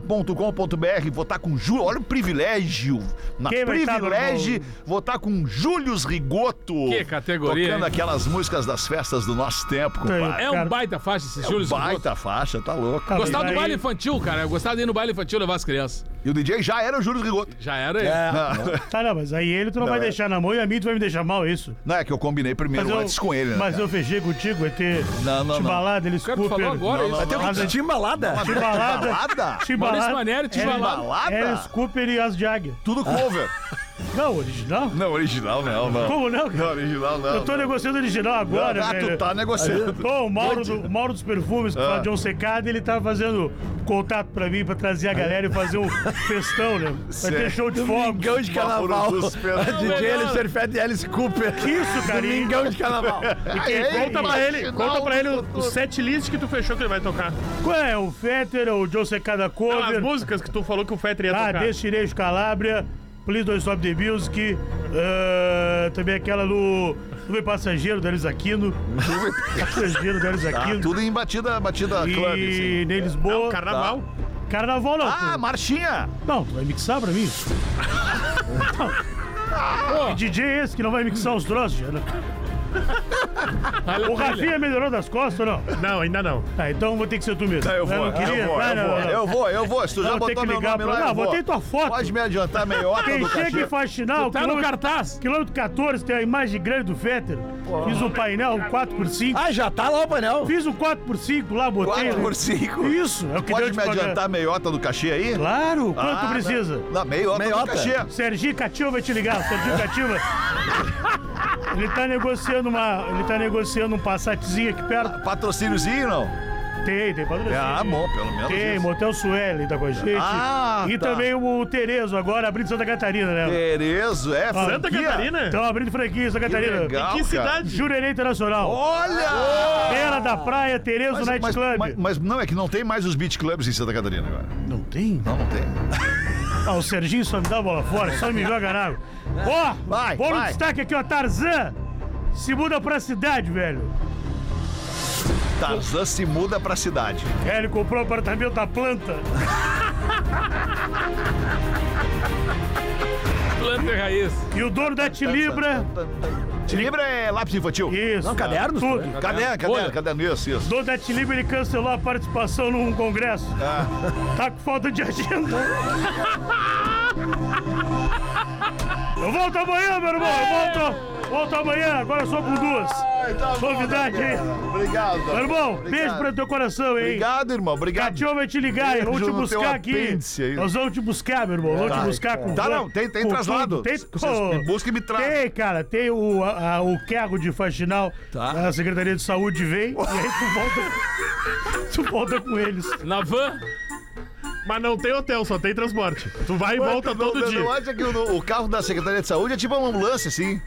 simpla.com.br. Votar tá com Júlio. Olha o privilégio. Na
Quem vai tá,
privilégio,
meu
votar com Júlio Rigoto.
Que categoria,
Tocando
hein?
aquelas músicas das festas do nosso tempo, compadre.
É um baita faixa esses Júlio.
Baita faixa, tá louco.
Tá
Gostava do
Daí-
baile infantil, cara. Eu gostava de ir no baile infantil levar as crianças.
E o DJ já era o Júlio Rigoto.
Já era ele.
É,
Tá, não, mas aí ele tu não, vai
é.
deixar na mão e a mim tu vai me deixar mal, é isso?
Não é que eu combinei primeiro antes com ele, né?
mas
*laughs* cara?
eu fechei contigo, vai ter
Não, não, não.
Timbalada, eles
Cara, tu falou agora isso.
Vai ter
Mas
um
é-
timbalada?
Timbalada.
Balada?
Maurício Manieri, Timbalada.
Balada?
Alice Cooper e As de Águia.
Tudo cover.
Não, original?
Não, original não, não.
Como não, cara?
Não, original não.
Eu tô
não.
negociando original agora,
Ah,
velho.
tu tá Ah. negociando.
Bom, o Mauro, do, o Mauro dos Perfumes, que fala de um secado, ele tá fazendo contato pra mim pra trazer a galera e
*laughs*
fazer um festão, né? Vai
Certo.
ter show de fogo.
Domingão de carnaval.
Mauro
*laughs*
dos
*laughs*
Perfumes.
DJ Alistair Fett e Alice Cooper.
Que isso, cara?
é
Domingão de carnaval.
Ei,
Conta pra ele,
final
conta pra ele o,
do
o set list que tu fechou que ele vai tocar.
Qual é? O Fetter, o Joe Secada
Não, as
Cover.
músicas que tu falou que o Fetter ia
Ah,
tocar.
Destinejo Calabria. Please Don't Stop the Music. ah, também aquela do. Nuvem Passageiro, da Elis Aquino. *laughs* Passageiro, da Elis
Ah,
Aquino.
tudo em batida, batida club, assim.
e Ney Lisboa. Tá.
Carnaval.
Carnaval não.
Ah, marchinha!
Não, tu vai mixar pra
*laughs*
mim? Não. Que DJ é esse que não vai mixar os troços, já, né?
Olha a
O
trilha.
Rafinha melhorou das costas ou não?
Não, ainda não.
Tá, então vou ter que ser tu mesmo.
Tá, Eu vou,
não
eu vou,
queria?
eu vou,
Ah, não, não.
eu vou, eu vou. Se tu já
Não, tem
botou
que
meu
ligar
nome
pra-
lá, eu
Não,
vou.
botei tua foto.
Pode me adiantar meia hora
Quem
do
chega
cachê.
e faz sinal,
Tá no
quilômetro-
cartaz.
Quilômetro 14 tem a imagem grande do Fetter. Fiz um painel 4x5.
Ah, já tá lá o painel.
Fiz um 4x5 lá, botei.
4 por
né?
5.
Isso, é o que deu
Pode
de
me
pagar.
adiantar meiota do cachê aí?
Claro, quanto
Ah,
precisa?
Não, não meiota,
Meiota.
do cachê.
Serginho Cativa vai te ligar,
*laughs*
Serginho Cativa. Ele tá negociando uma. Ele tá negociando um passatzinho aqui perto.
Patrocíniozinho, não?
Tem, tem patrocínio.
Ah, bom, pelo menos
Tem,
isso.
Motel Sueli tá com a gente.
Ah,
e
tá.
também o Terezo agora abrindo Santa Catarina, né?
Terezo, é
Santa
franquia.
Catarina?
Então abrindo franquia em Santa Catarina.
legal.
que
cara.
cidade?
Jurerê Internacional.
Olha!
Bela da Praia, Terezo
Ah. Mas,
Night
mas-
Club.
mas- mas não, é que não tem mais os beat clubs em Santa Catarina agora.
Não tem?
Não, não tem.
Ah, o Serginho só me dá a bola fora, só me joga na água. Ó,
Vai,
bolo
vai.
de destaque aqui, ó. Tarzan se muda pra cidade, velho.
Tarzan se muda pra cidade.
É, ele comprou o apartamento da planta.
Planta e raiz.
E o dono da Tilibra
Tilibra é lápis infantil.
Isso.
Não, cadernos,
Tudo.
né?
Caderno,
Folha.
caderno, caderno, isso, isso.
Dono da Tilibra, ele cancelou a participação num congresso.
Ah.
Tá com falta de agenda. Eu volto amanhã, meu irmão. Eu volto, volto amanhã. Agora só com duas. Novidade, hein?
Obrigado.
Meu irmão, beijo pra teu coração, hein?
Obrigado, irmão. Obrigado.
Catiô vai te ligar,
Beijo
vamos te
no
buscar
teu
aqui.
um apêndice aí.
Nós vamos te buscar, meu irmão. Vamos te buscar com
Tá,
van-
não, tem- tem
com
traslado.
tudo. Tem,
Vocês me buscam e me trazem.
Tem, cara, tem o, a, a- o cargo de faxinal
Tá.
a Secretaria de Saúde vem e aí tu volta, tu volta *laughs* com eles.
Na van,
Mas não tem hotel, só tem transporte. Tu vai e volta todo
não,
dia.
Não acha que o, o carro da Secretaria de Saúde é tipo uma ambulância, assim?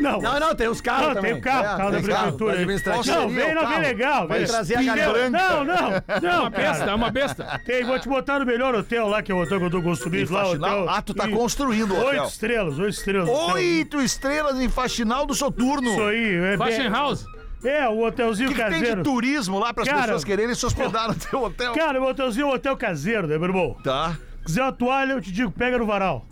Não,
Ah, Não, não, tem os carros
não,
também.
tem o carro,
É,
carro da
tem carro,
prefeitura. aí.
administrativo.
Não, vem, não, vem
Carro.
legal.
Vai
vem.
trazer a galera.
Não, não,
*laughs*
não,
besta, é
cara.
uma besta.
Tem, vou te botar no melhor hotel lá, que é o hotel que eu tô construindo lá. o
Faxinal.
Hotel,
Ah, tu tá
e-
construindo o
Oito
hotel.
estrelas, oito estrelas. hotel.
Oito estrelas em faxinal do Soturno.
Isso aí, é
Fashion
bem-
House.
É, o
O
hotelzinho
que, que tem de
caseiro.
turismo lá para as
Cara,
pessoas quererem se hospedar no teu hotel?
Cara, o hotelzinho é um hotel caseiro, né, meu irmão?
Tá.
Quiser uma toalha, eu te digo, pega no varal.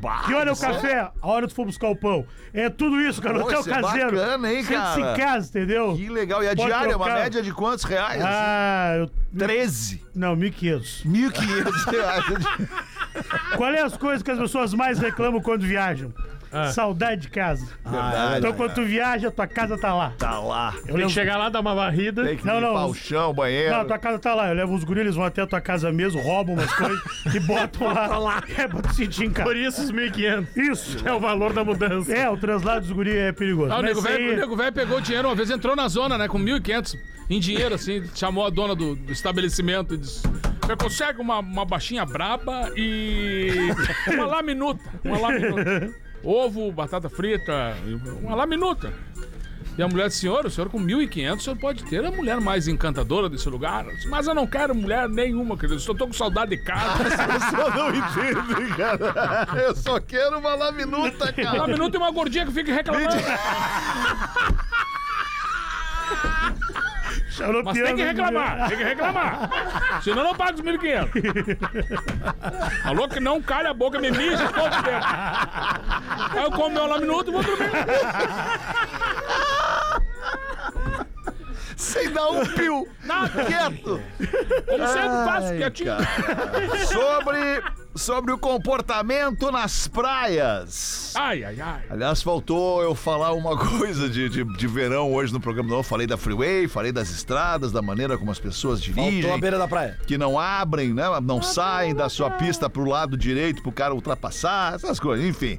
Bah,
Que olha o
isso é-
café, a hora que tu for buscar o pão. É tudo isso, cara,
Pô,
hotel
isso é
caseiro.
bacana, hein,
Sente-se
cara?
em casa, entendeu?
Que legal. E a
Pode
diária, uma
trocar.
média de quantos reais?
Ah, eu...
13.
Não, 1.500. *laughs*
1.500 reais.
Qual é as coisas que as pessoas mais reclamam quando viajam? Saudade de casa.
Ah,
Verdade.
então, quando tu viaja, tua casa tá lá.
Ah, é. Tá lá.
Eu
Tem
levo...
que chegar lá, dar uma varrida.
Tem que
Não,
limpar
não.
o chão, o banheiro.
Não, tua casa tá lá. Eu levo os guris, eles vão até a tua casa mesmo, roubam umas coisas e botam lá. É, pra tu sentir em
Por
casa.
isso os 1.500.
Isso.
É o valor da mudança.
É, o translado dos guri é perigoso.
Ah, o
Mas
nego
isso
velho
aí-
o nego velho pegou o dinheiro uma vez, entrou na zona, né, com 1.500 em dinheiro, assim, chamou a dona do, do estabelecimento e disse: Você consegue uma, uma baixinha braba e. *laughs* uma laminuta. Uma laminuta. Ovo, batata frita, uma laminuta. E a mulher disse, senhor, o senhor com 1.500, o senhor pode ter a mulher mais encantadora desse lugar. Eu disse, Mas eu não quero mulher nenhuma, querido. Só tô com saudade de
*laughs*
casa.
Eu só não entendo, cara. Eu só quero uma
*laughs*
laminuta,
Uma
cara.
laminuta e uma gordinha que fica reclamando. Mas tem que reclamar, tem que reclamar. Senão eu não paga os 1.500. Falou que não calha a boca, me mija todo tempo. Aí eu como meu laminuto e vou dormir.
Sem dar um pio.
Nada.
Quieto.
Como sempre faço, quietinho.
*laughs* Sobre, sobre o comportamento nas praias.
Ai, ai, ai.
Aliás, faltou eu falar uma *laughs* coisa de, de, de verão hoje no programa. Não, eu falei da freeway, falei das estradas, da maneira como as pessoas dirigem.
Voltou à beira da praia.
que não abrem, né? Não saem da sua pista pro lado direito pro cara ultrapassar, essas coisas, enfim.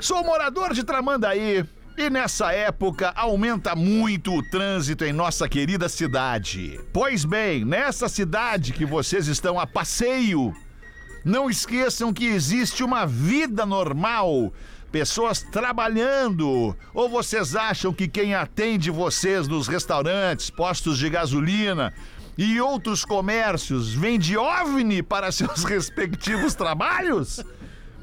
Sou morador de Tramandaí e nessa época aumenta muito o trânsito em nossa querida cidade. Pois bem, nessa cidade que vocês estão a passeio, não esqueçam que existe uma vida normal. Pessoas trabalhando. Ou vocês acham que quem atende vocês nos restaurantes, postos de gasolina e outros comércios vende OVNI para *laughs* seus respectivos trabalhos?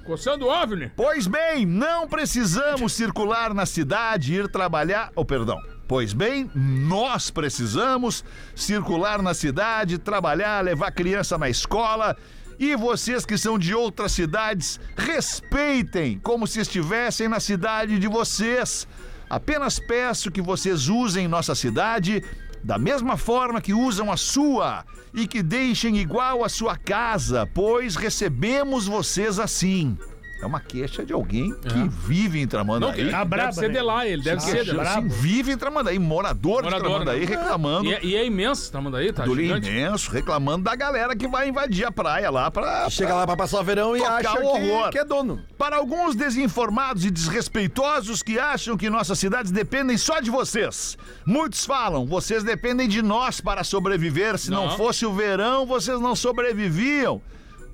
Coçando o né? OVNI.
Pois bem, não precisamos circular na cidade e ir trabalhar. Oh, perdão. Pois bem, nós precisamos circular na cidade, trabalhar, levar criança na escola. E vocês que são de outras cidades, respeitem como se estivessem na cidade de vocês. Apenas peço que vocês usem nossa cidade da mesma forma que usam a sua e que deixem igual a sua casa, pois recebemos vocês assim. É uma queixa de alguém que vive em
É. Não, é.
Tramandaí.
ele
Tá
deve
braba,
ser
né?
de lá, ele deve
Tá
ser de lá.
braba.
Assim, vive em Tramandaí, morador,
Morador,
de Tramandaí,
né?
reclamando
E é, e é imenso, tá mandando aí, tá?
do
gigante.
imenso, reclamando da galera que vai invadir a praia lá Tá pra...
Chega lá pra passar o verão e
Tocar
acha
o horror.
que, que é dono.
Para alguns desinformados e desrespeitosos que acham que nossas cidades dependem só de vocês. Muitos falam, vocês dependem de nós para sobreviver, se não,
Não.
fosse o verão, vocês não sobreviviam.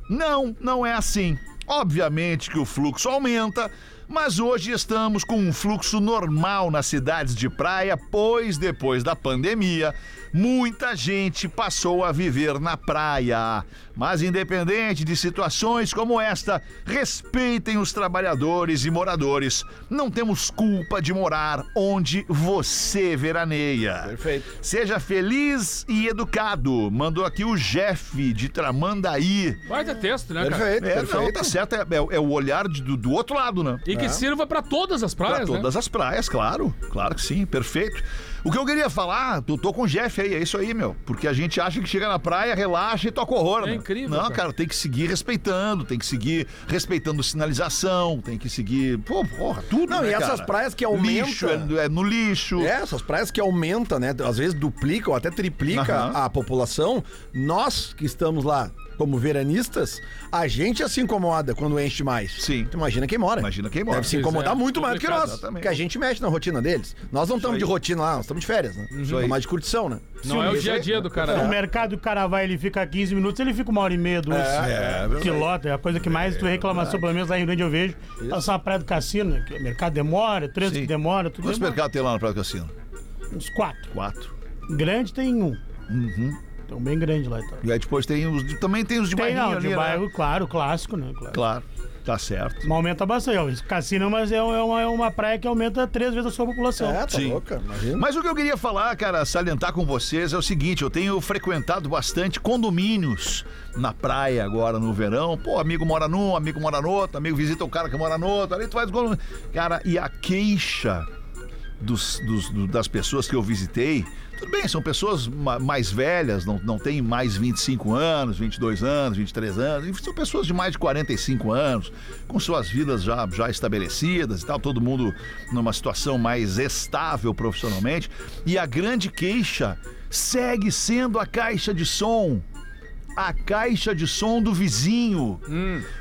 Não, não é assim. Obviamente que o fluxo aumenta, mas hoje estamos com um fluxo normal nas cidades de praia, pois depois da pandemia muita gente passou a viver na praia. Mas independente de situações como esta, respeitem os trabalhadores e moradores. Não temos culpa de morar onde você veraneia.
Perfeito.
Seja feliz e educado. Mandou aqui o Jeff de Tramandaí.
Vai ter texto, né, cara?
Perfeito,
É,
perfeito.
não, tá certo. É, é- é o olhar de- do, do outro lado, né?
E que sirva pra todas as praias,
Pra
né?
todas as praias, claro. Claro que sim, perfeito. O que eu queria falar, tô, tô com o Jeff aí, é isso aí, meu. Porque a gente acha que chega na praia, relaxa e toca horror,
É
né?
incrível,
Não,
cara.
cara, tem que seguir respeitando, tem que seguir respeitando sinalização, tem que seguir. Pô, porra, tudo.
Não,
né,
e essas
cara?
praias que aumentam-
Lixo, é, é no lixo.
É, essas praias que aumenta, né? Às vezes duplica ou até triplica
Aham.
a população. Nós que estamos lá como veranistas, a gente é assim já se incomoda quando enche mais.
Sim.
Tu imagina quem mora.
Imagina quem mora.
Deve se incomodar
Pois é,
muito mais do que
complicado,
nós.
exatamente.
Porque a gente mexe na rotina deles. Nós não estamos de rotina lá, nós estamos de férias, né?
aí.
Estamos mais de curtição, né?
Não é o dia a dia do cara.
No
né?
mercado, o cara vai, ele fica 15 minutos, ele fica uma hora e meia, duas.
é verdade.
que lota, é a coisa que mais tu reclamação, pelo menos lá em Rio Grande eu vejo. Essa é a praia do cassino, né, que o mercado demora, três
Sim.
que demora, tudo
Quantos
demora.
mercados tem lá na Praia do Cassino?
Uns quatro.
Quatro.
Grande tem um.
Uhum.
Então bem grande lá e tal.
E aí depois tem os. de- Também tem os de
Tem
Um bairrinho
não,
ali,
de
né?
bairro, claro, clássico, né? Claro.
Claro, tá certo.
Mas aumenta bastante. ó, esse Cassino mas é, um- é uma, é uma praia que aumenta três vezes a sua população.
É, tá
Sim.
louca, imagina.
Mas o que eu queria falar, cara, salientar com vocês é o seguinte: eu tenho frequentado bastante condomínios na praia agora no verão. Pô, amigo mora num, amigo mora no outro, amigo visita um cara que mora no outro, ali tu vai. no- Cara, e a queixa dos- dos- do- das pessoas que eu visitei. Tudo bem, são pessoas ma- mais velhas, não, não tem mais 25 anos, 22 anos, 23 anos, enfim, são pessoas de mais de 45 anos, com suas vidas já, já estabelecidas e tal, todo mundo numa situação mais estável profissionalmente. E a grande queixa segue sendo a caixa de som a caixa de som do vizinho.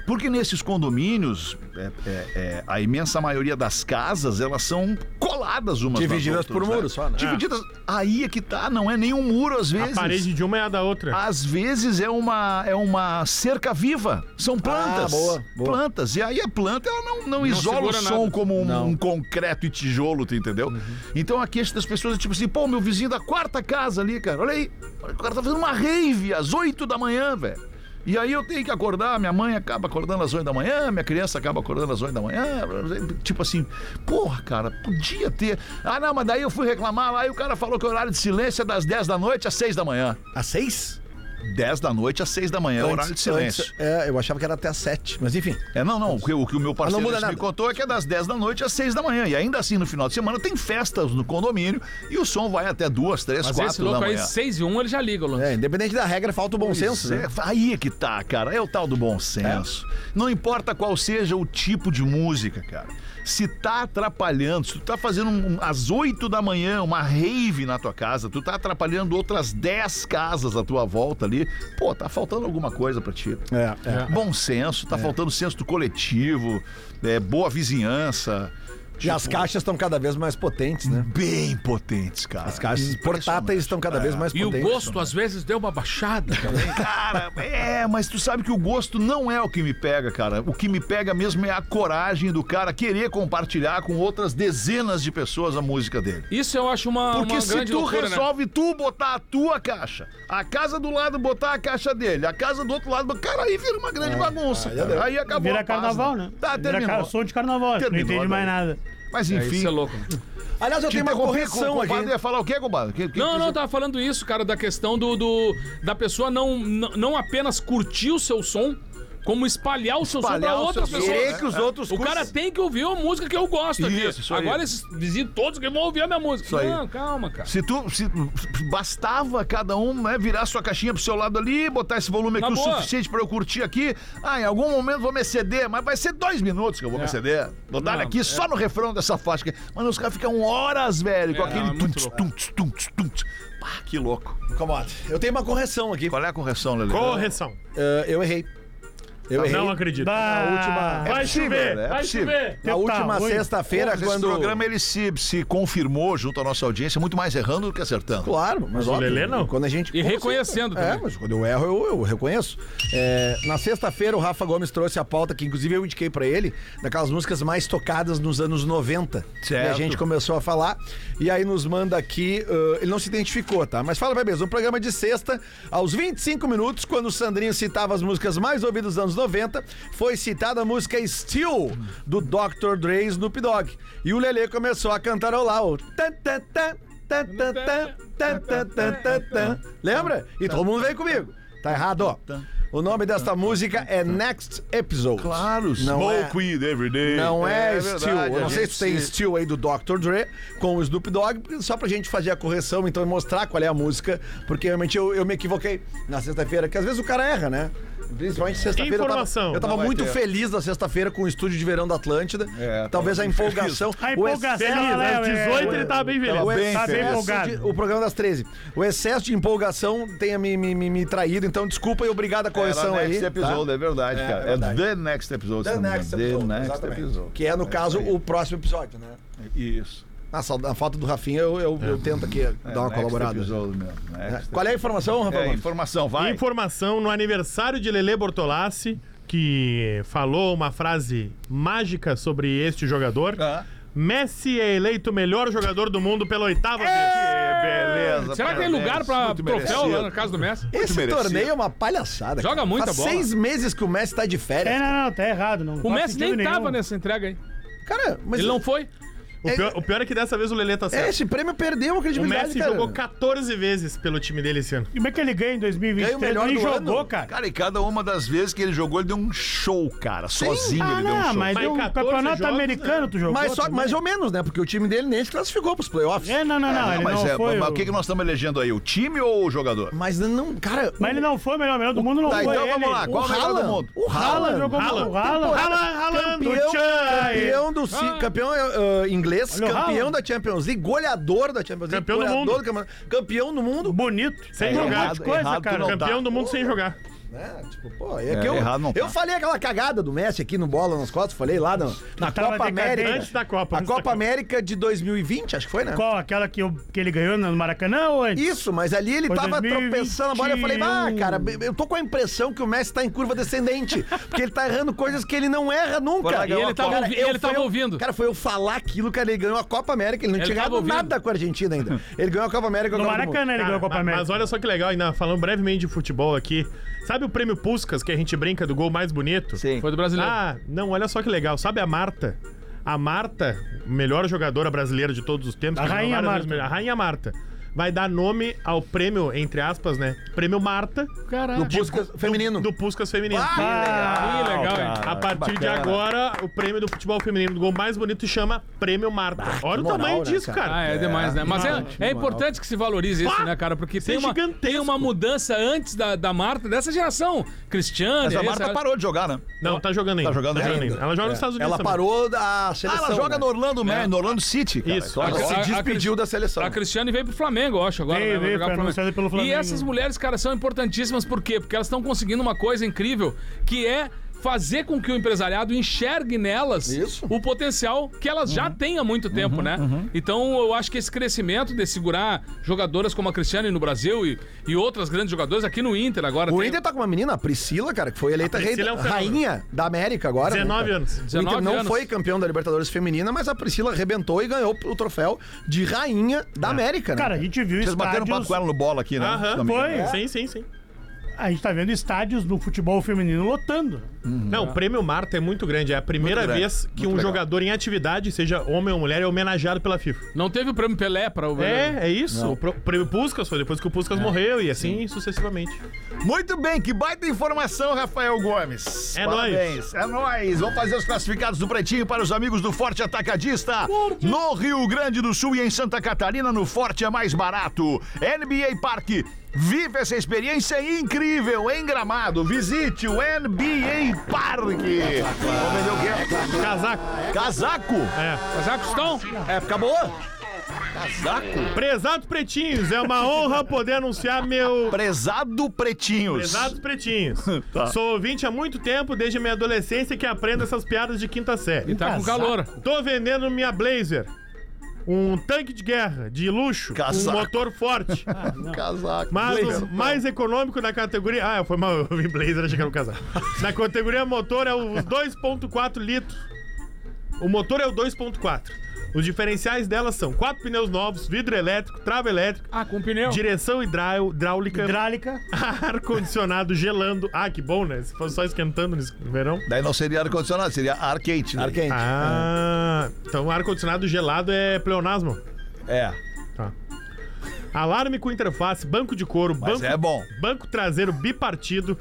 Porque nesses condomínios, é- é- é, a imensa maioria das casas, elas são coladas umas nas
Divididas
outras,
por
né?
muros só, né?
Divididas. Aí é que tá, não é nenhum muro às
A
vezes.
parede de uma é a da outra.
Às vezes é uma, é uma cerca viva. São plantas.
boa, boa.
Plantas. E aí a planta ela não, não, isola o
segura
som
nada.
como um,
Não.
um concreto e tijolo, tu entendeu? Então a queixa das pessoas é tipo assim, pô, meu vizinho da quarta casa ali, cara, olha aí. O cara tá fazendo uma rave às 8 da manhã, velho. E aí eu tenho que acordar, minha mãe acaba acordando às 8 da manhã, minha criança acaba acordando às 8 da manhã. Tipo assim, porra, cara, podia ter. Ah, não, mas daí eu fui reclamar lá e o cara falou que o horário de silêncio é das 10 da noite às 6 da manhã.
Às Ah, seis?
10 da noite às 6 da manhã, é o horário de silêncio.
antes- é, eu achava que era até às sete, mas enfim.
É, não, não. O que, o que o meu parceiro
muda
antes me
nada.
contou é que é das 10 da noite às 6 da manhã. E ainda assim, no final de semana, tem festas no condomínio e o som vai até 2, 3,
Mas
4
esse
da
louco aí,
manhã.
6 e 1, ele já liga, Lula.
É, independente da regra, falta o é bom senso, né? É.
É, aí é que tá, cara. É o tal do bom senso. Não importa qual seja o tipo de música, cara. Se tá atrapalhando, se tu tá fazendo um- um- às 8 da manhã uma rave na tua casa, tu tá atrapalhando outras 10 casas à tua volta ali, pô, tá faltando alguma coisa pra ti.
É, é.
Bom senso, tá faltando senso do coletivo, é, boa vizinhança.
E as
Tipo-
caixas estão cada vez mais potentes, né?
Bem potentes, cara.
As caixas
Impressionante.
portáteis estão cada vez mais
E o
potentes.
né?
gosto, às vezes, deu uma baixada também.
Cara, é, mas tu sabe que o gosto não é o que me pega, cara. O que me pega mesmo é a coragem do cara querer compartilhar com outras dezenas de pessoas a música dele.
Isso eu acho uma,
Porque
uma
se
grande
tu
loucura, né?
resolve tu botar a tua caixa, a casa do lado botar a caixa dele, a casa do outro lado, cara, aí vira uma
Ah,
grande bagunça. cara.
é
Aí acabou
Vira
a paz,
carnaval, né?
Tá,
Vira
terminou.
car- som de carnaval, né?
Terminou
não entende
agora.
mais nada.
Mas
É,
enfim,
isso é louco. né?
Aliás, eu
Te
tenho uma
interrompi,
correção
compadre,
aqui.
ia falar o quê, compadre? Que- que-
Não, tá, não, tava falando isso, cara, da questão do, do- da pessoa não, não não apenas curtir o seu som, como espalhar o seu
Espalhar
som
o
pra outras
seu som,
pessoas.
né? que os
outros
É, O cara tem que ouvir a música que eu gosto aqui.
Isso, isso aí.
Agora esses vizinhos todos que vão ouvir a minha música.
Isso aí.
não, calma, cara.
Se tu se, bastava cada um né, virar sua caixinha pro seu lado ali, botar esse volume aqui
Na
o
Tá boa.
suficiente pra eu curtir aqui. Ah, em algum momento vou me exceder, mas vai ser dois minutos que eu vou me exceder. Vou dar
É. Não, é.
aqui só no refrão dessa faixa. aqui. Mano, os caras ficam horas, velho, com
É,
aquele
não, é
tum,
muito
tch,
louco.
tum, tch, tum, tch, tum, tch. Pá, que louco.
Incomoda. Eu tenho uma correção aqui.
Qual é a correção, Lelê?
Correção.
Ah, eu errei. Eu errei.
Não acredito.
Da
última-
Vai
É possível,
chover,
né? É
vai
possível.
chover.
Na
Tá
última
ruim.
sexta-feira,
Esse
quando.
programa é- ele se, se confirmou junto à nossa audiência, muito mais errando do que acertando.
Claro, mas
o
óbvio,
Lelê não.
Quando a gente...
E reconhecendo
É,
também.
mas quando eu erro, eu, eu reconheço. É, na sexta-feira, o Rafa Gomes trouxe a pauta que, inclusive, eu indiquei pra ele, daquelas músicas mais tocadas nos anos 90.
Certo.
E a gente começou a falar. E aí nos manda aqui. ah, ele não se identificou, tá? Mas fala, bebês, um programa de sexta, aos 25 minutos, quando o Sandrinho citava as músicas mais ouvidas dos anos 90, foi citada a música Still, do Dr. Dre e Snoop Dogg. E o Lelê começou a cantarolar o. tan, tan, tan, tan, tan, tan, tan, tan, tan, tan, tan. Lembra? E todo mundo veio comigo. Tá errado, ó. O nome desta música é Next Episode.
Claro,
não é,
smoke weed every day.
não é, Steel.
verdade,
Eu não
a
sei
gente
se tem Steel aí do Dr. Dre com o Snoop Dogg, porque só pra gente fazer a correção, então, e mostrar qual é a música, porque realmente eu, eu me equivoquei na sexta-feira, que às vezes o cara erra, né? Principalmente sexta-feira. eu tava-
Informação.
Eu tava,
Não vai
muito
ter.
feliz na sexta-feira com o estúdio de verão da Atlântida.
É,
Talvez a empolgação.
A
o
empolgação,
excesso-
né?
Às 18
é,
ele tava bem
o
velho.
bem
Tá bem
feliz.
empolgado.
de- o programa das 13. O excesso de empolgação tenha me, me, me, me traído, então desculpa e
É,
obrigado a correção
Era
aí.
next episode,
tá?
é verdade,
É,
cara.
é verdade.
É The Next Episode. se
The
não me engano.
next episode,
The Next
exatamente.
Episode.
Que é, no caso,
isso aí.
o próximo episódio, né?
Isso. É
Na, sal- na falta do Rafinha, eu, eu, eu tento aqui dar uma
Next
colaborada.
Episode mesmo.
É.
Next
Qual é a informação, Rafa?
É,
Gomes?
informação, vai.
Informação no aniversário de Lele Bortolassi, que falou uma frase mágica sobre este jogador.
Ah.
Messi é eleito o melhor jogador do mundo pela
É,
oitava vez.
Que beleza.
Será que tem
parabéns,
lugar pra
muito
troféu
merecido.
lá na casa do Messi?
Esse
merecido.
torneio é uma palhaçada.
Joga
cara.
muita
Faz
bola.
seis meses que o Messi tá de
É,
férias.
não, não, tá errado. Não
O Messi nem tava
né?
nessa entrega aí.
Cara, mas
Ele não foi.
O pior, o pior é que dessa vez o Lele tá
é,
certo.
esse prêmio perdeu a
O
credibilidade,
Messi
cara.
jogou 14 vezes pelo time dele esse ano.
Como é que ele ganha em
Ganha o
2023?
melhor
ele
do
jogou,
ano.
cara.
Cara, e cada uma das vezes que ele jogou, ele deu um show, cara. Sozinho
Ah,
ele deu um
não,
show.
mas
Mas
o
14
campeonato
jogos, né?
americano tu jogou.
Mas só,
também.
mais ou menos, né? Porque o time dele nem se classificou pros playoffs.
É, não, não, não.
Ah,
ele
mas
não
é,
foi.
mas
o-
o que, que nós estamos elegendo aí? O time ou o jogador?
Mas não, cara.
Mas ele não foi o melhor, o melhor do mundo, não
Tá,
foi.
então
ele.
vamos lá. Qual o melhor do
Haaland-
mundo?
O
Rala,
Haaland
jogou
Haaland.
muito. Rala,
Rala, ralando,
campeão,
tchai! Ah.
campeão do ci- campeão eh, inglês,
Olha o
campeão
Haaland.
da Champions League, goleador da Champions League,
Campeão do
goleador
mundo.
campeonato, campeão do mundo.
Bonito.
Sem
Tem um
jogar.
monte de
Errado,
coisa,
errado,
cara.
não.
Campeão
tá.
do mundo sem jogar.
né? Tipo, pô, é, que
É,
eu,
errado não
eu
tá.
falei aquela cagada do Messi aqui no Bola nas Costas, falei lá na, na
tava
Copa
decadente.
América.
Antes da Copa,
A
antes da
Copa
Copa.
América de 2020, acho que foi, né?
Qual? Aquela que, o- que ele ganhou no Maracanã ou antes?
Isso, mas ali ele
Foi
tava
2021.
tropeçando a bola. Eu falei, ah, cara, eu tô com a impressão que o Messi tá em curva descendente. porque ele tá errando coisas que ele não erra nunca.
E ele tava
Cara,
ouvi-
eu-
ele tava
foi eu-
ouvindo.
Cara, foi eu falar aquilo, cara, ele ganhou a Copa América. Ele não
Ele
tinha
tava
ganhado
ouvindo.
nada com a Argentina ainda. Ele ganhou a Copa América e a
No
Copa do Mundo.
Maracanã ele ganhou a Copa
Cara,
América.
Mas olha só que legal, ainda falando brevemente de futebol aqui. Sabe o prêmio Puskas que a gente brinca do gol mais bonito?
Sim.
Foi do brasileiro.
Ah, não, olha só que legal. Sabe a Marta? A Marta, melhor jogadora brasileira de todos os tempos.
A
que ganhou
Rainha
várias
Marta.
vezes, A Rainha Marta. Vai dar nome ao prêmio, entre aspas, né? Prêmio Marta
Caraca.
Do Puskas feminino.
do Puskas Feminino.
Ah, que legal, hein?
a partir de agora, o prêmio do futebol feminino do gol mais bonito chama Prêmio Marta. Olha o
moral,
tamanho
né,
disso,
cara?
cara.
Ah, é demais, né? Mas é, é importante que se valorize isso,
Pá!
né, cara? Porque
Isso
tem
é
uma,
gigantesco.
tem uma mudança antes da, da Marta, dessa geração. Cristiane,
Mas a Marta
essa-
parou de jogar, né?
Não, tá jogando ainda.
Tá jogando ainda.
Ela joga nos Estados Unidos
É. Ela
também.
parou da
Ah,
seleção.
ela joga
né?
no Orlando, Man, no Orlando City, cara.
Isso.
Então,
A-
Ela
a-
se
a-
despediu da seleção.
A Cristiane veio pro Flamengo, eu acho, agora.
Veio,
né? Vai
veio,
jogar
foi
pro
anunciada pelo Flamengo.
E essas mulheres, cara, são importantíssimas por quê? Porque elas estão conseguindo uma coisa incrível, que é fazer com que o empresariado enxergue nelas
Isso.
o potencial que elas já
Uhum.
têm há muito tempo, né? Então, eu acho que esse crescimento de segurar jogadoras como a Cristiane no Brasil e, e outras grandes jogadoras aqui no Inter agora.
O
tem-
Inter tá com uma menina, a Priscila, cara, que foi eleita rei-
Priscila é um fenômeno.
rainha da América agora. né,
19
cara?
anos.
O Inter
19
não
anos.
foi campeão da Libertadores feminina, mas a Priscila arrebentou e ganhou o troféu de rainha da América, né?
Cara, a gente viu
Vocês bateram papo
estádios...
com ela no bola aqui, né?
Aham,
Se não me engano.
Foi.
Sim, sim, sim.
A gente tá vendo estádios no futebol feminino lotando.
Não, o prêmio Marta é muito grande. É a primeira
Muito grande,
vez que
muito
um
legal.
jogador em atividade, seja homem ou mulher, é homenageado pela FIFA.
Não teve o prêmio Pelé para o
É, é isso. O pro- prêmio Puskas foi depois que
É.
o Puskas morreu e assim sucessivamente.
Muito bem, que baita informação, Rafael Gomes.
É
Parabéns. É nóis. Vamos fazer os classificados do Pretinho para os amigos do Forte Atacadista. No Rio Grande do Sul e em Santa Catarina, no Forte é mais barato. NBA Parque. Vive essa experiência incrível em Gramado. Visite o NBA Parque. Vamos vender o quê?
Casaco.
Casaco.
É.
Mas a questão
Época boa.
Casaco?
Prezado Pretinhos, é uma honra poder anunciar meu.
Prezado Pretinhos. *laughs*
Prezados Pretinhos.
Tá.
Sou ouvinte há muito tempo, desde minha adolescência, que aprendo essas piadas de quinta série.
E tá com calor.
Tô vendendo minha Blazer. Um tanque de guerra, de luxo,
Casaco.
um motor
*laughs*
forte.
Casaco.
Mas o mais econômico na categoria. Ah, foi mal, eu vi Blazer, achei que era um casaco. Na categoria motor é os 2,4 litros. O motor é o 2,4. Os diferenciais delas são quatro pneus novos, vidro elétrico, trava elétrica,
Ah, com pneu.
direção hidráo- hidráulica,
Hidráulica.
*laughs* ar-condicionado gelando. Ah, que bom, né? Se fosse só esquentando nesse verão.
Daí não seria ar-condicionado, seria arcade. Né?
Arquente.
Ah, então ar-condicionado gelado é pleonasmo.
É.
Alarme com interface, banco de couro,
Mas
banco
é bom.
Banco traseiro bipartido,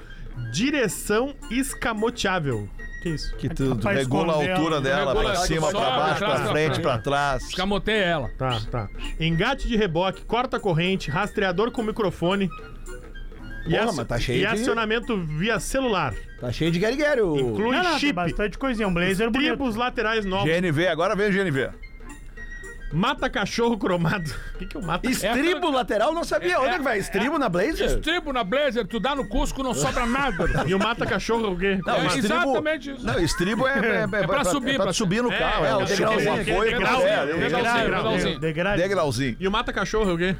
direção escamoteável. Que isso?
Que tu, tu
Pra
regula a
esconder
altura
ela.
dela,
Regula
pra
ela,
cima,
sobe,
pra baixo,
atrás,
pra
pra
frente,
frente.
pra trás.
Escamotei ela.
Tá, tá. Engate de reboque, corta corrente, rastreador com microfone. e,
Porra, mas tá cheio
e
de-
acionamento via celular.
Tá cheio de guerigueiro.
Inclui
Não, não, tem
chip,
bastante coisinha. Um blazer bonito.
tribos laterais novos,
GNV, agora vem o GNV.
mata cachorro cromado. *laughs* O que, que eu mato?
Estribo lateral, não sabia. Onde é que vai? Estribo na Blazer?
Estribo na Blazer, tu dá no Cusco, não sobra nada.
E o mata cachorro o quê?
Não,
É
estribo-
exatamente isso.
Não, estribo é, é, é, pra,
subir,
é pra
pra-
subir no carro. É,
é
o
um
degrauzinho,
degrauzinho,
foi,
degrau,
é,
degrau,
degrauzinho,
degrau.
Degrau,
Degrauzinho.
degrau.
degrauzinho.
E o mata cachorro é o quê?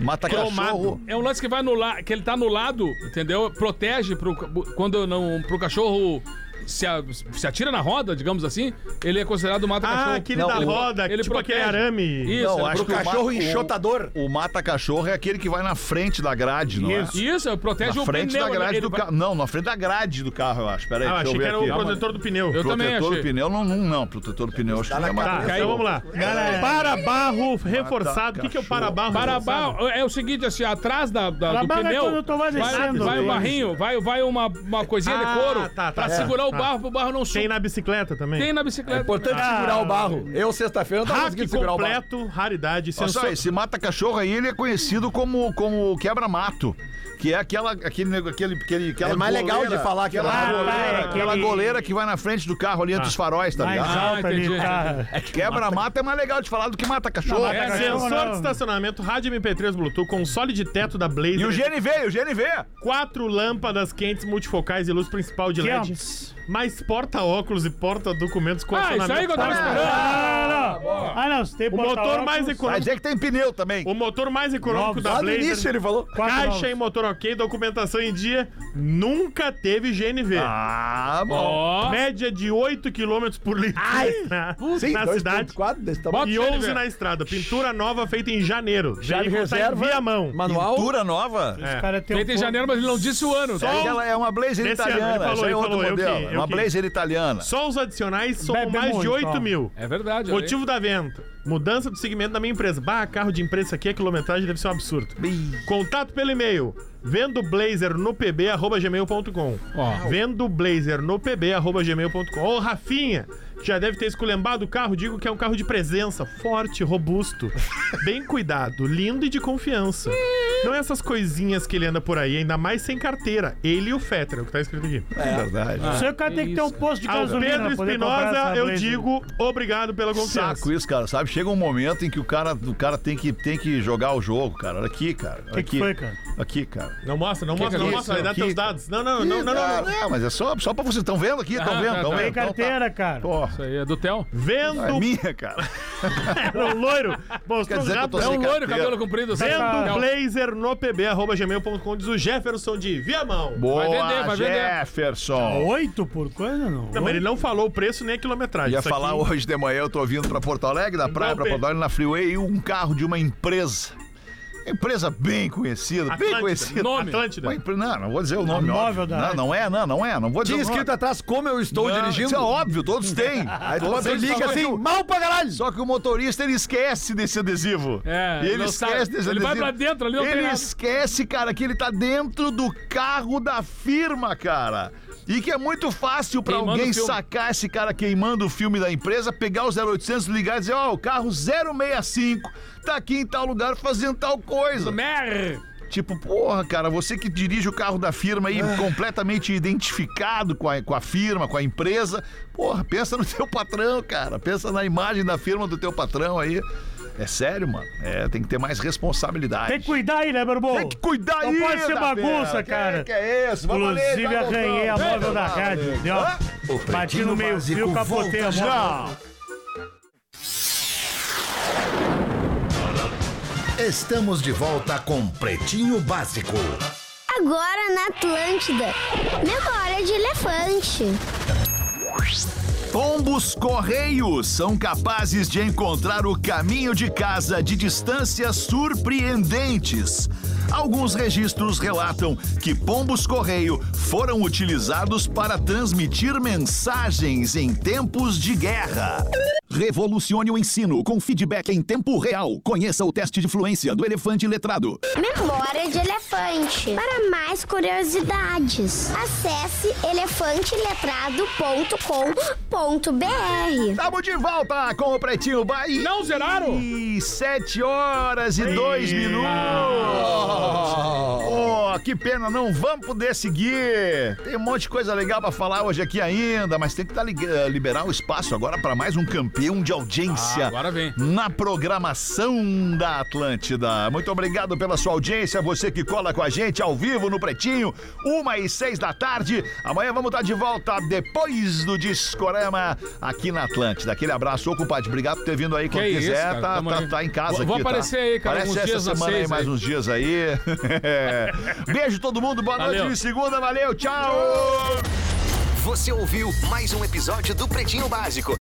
Mata cachorro.
É um lance que vai no la... que ele tá no lado, entendeu? Protege pro... ca- quando não pro cachorro se, a- se atira na roda, digamos assim, ele é considerado mata cachorro.
Ah, aquele
Não,
da
ele-
roda,
ele
tipo aquele
protege.
arame.
Isso,
Não,
é
acho
Pro
pro
que
ca-
cachorro
o-
enxotador.
O mata-cachorro é aquele que vai na frente da grade, não é?
Isso, protege
Na
o
frente
pneu.
da
né?
grade
Ele
do
vai-
carro. Não, na frente da grade do carro, eu acho. Peraí,
Ah,
deixa
achei
eu
que
ver
era
aqui.
o protetor do pneu.
Eu também
Protetor do
achei.
pneu, não, não, não. Protetor do pneu, acho que não é
na
mata
Tá, então vamos lá.
Galera.
Para barro reforçado. O que, que é o
cachorro.
para barro
Parabá, é o seguinte, assim, atrás da, da- do
Parabá vai
pneu.
tá. é quando eu tô
vai,
descendo.
vai o barrinho, vai, vai uma, uma coisinha
Ah,
de couro
tá, tá,
pra
tá.
segurar o
Tá.
barro, pro barro não subir.
Tem na bicicleta também?
Tem na
É
bicicleta.
importante segurar o barro. Eu, sexta-feira, não tava
Hack
conseguindo segurar o barro.
completo, raridade,
Olha só,
sensor...
esse mata-cachorro aí, ele é conhecido como, como quebra-mato. Que é aquela, aquele, nego- aquele, aquele, aquela
É mais legal
goleira-
de falar que
aquela,
Ah, tá,
goleira,
é
aquela
aquele-
goleira que vai na frente do carro ali
Ah,
entre os faróis, tá
Mais
ligado?
alto ali,
Ah, entendi.
tá.
Quebra-mato é mais legal de falar do que mata-cachorro.
Não, mata-
É, Sensor
Não, não.
de estacionamento, rádio MP3 Bluetooth, console de teto da Blazer,
E um o GNV, e o GNV.
quatro lâmpadas quentes multifocais e luz principal de
é
LED,
Quentes.
mais porta-óculos e porta-documentos com
Ah, isso aí que eu tava
Ah,
esperando.
Ah, não. Ah, não. Você tem
O motor mais
Mas
econômico...
é que tem pneu também.
O motor mais econômico
Novos.
da
Lá no
Blazer...
início ele falou.
Caixa e motor ok, documentação em dia, nunca teve GNV.
Ah, bom.
Ó,
Média de 8 km por litro *laughs* na,
Sim,
na cidade
2.4 desse tamanho.
Bota-
e
Sério,
11
velho?
na estrada. Pintura nova feita em janeiro.
Já de
Veículo tá em
reserva.
Via mão.
Manual.
Pintura nova?
É.
Cara, tem um
feita em
pouco-
janeiro, mas ele não disse o ano.
É
tá?
que ela é uma blazer
Desse um ano,
italiana.
ele falou,
Isso aí é
ele
outro
falou, eu
modelo.
que-
é uma
eu que-
blazer italiana.
Só os adicionais somam
Bebe
mais de
muito,
8
ó.
mil.
É verdade. olha aí.
Motivo da venda. Mudança do segmento da minha empresa. Bah, carro de imprensa aqui, a quilometragem deve ser um absurdo. Contato pelo e-mail. Vendo blazer no pb, arroba gmail.com.
Ó.
Vendo blazer no pb, arroba gmail.com. Ô, Rafinha, que já deve ter esculhambado o carro, digo que é um carro de presença, forte, robusto, bem cuidado, lindo e de confiança. Não é essas coisinhas que ele anda por aí, ainda mais sem carteira. Ele e o Fetter, é o que tá escrito aqui.
É verdade.
O seu cara tem que ter um posto de
Ao
gasolina.
Ah, Pedro
pra poder comprar
Espinosa,
essa
eu
Blazer.
digo obrigado pela confiança.
Saco isso, cara, sabe? Chega um momento em que o cara, o cara tem, que, tem que jogar o jogo, cara. Olha aqui, cara. Olha
que
aqui.
foi, cara?
Aqui, cara.
Não mostra, não mostra,
que
não
é
mostra.
isso?
Vai dar
Que-
teus dados. Não, não, não, não, não. não.
É, mas é só, só pra vocês. Estão vendo aqui? Estão
Ah,
vendo?
tá,
Estão
tá.
vendo? Então
Tem
tá.
carteira, cara.
Isso
Porra.
aí é do Theo.
É
Vendo
minha, cara.
É
era um loiro.
Quer
Mostrou
dizer que eu tô
rápido.
É um
sem
loiro,
carteira.
cabelo comprido. assim.
Vendo
Theo.
blazer no pb, arroba gmail.com, diz o Jefferson de Viamão.
Boa,
vender, vai vender.
Tá
Jefferson.
Oito por coisa, não?
Não, mas ele não falou o preço nem a quilometragem.
Ia
Isso
falar
aqui-
hoje de manhã, eu tô vindo pra Porto Alegre, da praia pra
Pedro.
Porto Alegre, na Freeway, e um carro de uma empresa. Empresa bem conhecida, bem
Atlântida.
conhecida.
Nome.
Atlântida.
Uma empre- Não, não vou dizer o nome.
móvel
óbvio.
da
não,
rádio.
não é, não, não é. Não vou dizer
Tinha
o nome.
escrito atrás como eu estou
Não,
dirigindo.
Isso é óbvio, todos têm.
Aí tu
Todos
bota
têm, só
liga
que
assim,
o-
mal pra caralho.
Só que o motorista ele esquece desse adesivo.
É,
E ele
não
esquece
sabe.
desse
Ele vai
adesivo.
pra dentro, ali não
Ele
tem nada.
esquece, cara, que ele tá dentro do carro da firma, cara. E que é muito fácil pra
Queimando
alguém
o filme.
sacar esse cara queimando o filme da empresa, pegar o 0800, ligar e dizer: Ó, o carro 065 tá aqui em tal lugar fazendo tal coisa.
Mer.
Tipo, porra, cara, você que dirige o carro da firma aí, completamente identificado com a, com a firma, com a *laughs* empresa, porra, pensa no teu patrão, cara. Pensa na imagem da firma do teu patrão aí. É sério, mano. É, tem que ter mais responsabilidade.
Tem que cuidar aí, né, meu irmão?
Tem que cuidar
Não
aí,
pode ser
da
bagunça,
fera.
cara.
Que, que é isso? Vamos ali,
Inclusive,
tá voltando.
arranhei a
Vem,
móvel da
tá
rádio.
voltando.
deu-
Hã?
Bati no meio fio, capotei a móvel.
Estamos de volta com Pretinho Básico.
Agora na Atlântida. Memória de elefante.
Pombos Correios são capazes de encontrar o caminho de casa de distâncias surpreendentes. Alguns registros relatam que pombos correio foram utilizados para transmitir mensagens em tempos de guerra. Revolucione o ensino com feedback em tempo real. Conheça o teste de fluência do elefante letrado.
Memória de elefante. Para mais curiosidades, acesse elefanteletrado.com.br.
Estamos de volta com o Pretinho Bahia.
Não zeraram?
E sete horas e dois minutos.
Ah.
Oh, que pena, não vamos poder seguir. Tem um monte de coisa legal pra falar hoje aqui ainda, mas tem que tá lig- eh, liberar o espaço agora pra mais um campeão de audiência.
Ah, agora vem.
Na programação da Atlântida. Muito obrigado pela sua audiência, você que cola com a gente ao vivo no Pretinho, uma e seis da tarde. Amanhã vamos estar de volta depois do Discorama aqui na Atlântida. Aquele abraço, ô compadre, obrigado por ter vindo aí
Que
quando
é isso,
quiser.
cara,
tá,
tamo
tá-
aí.
tá em casa
Vou-
aqui.
vou
tá?
aparecer aí, cara,
Aparece
alguns
essa
dias às
semana aí,
seis
mais
aí.
uns dias aí. *laughs* Beijo todo mundo, boa
Valeu.
noite de segunda, valeu, tchau.
Você ouviu mais um episódio do Pretinho Básico.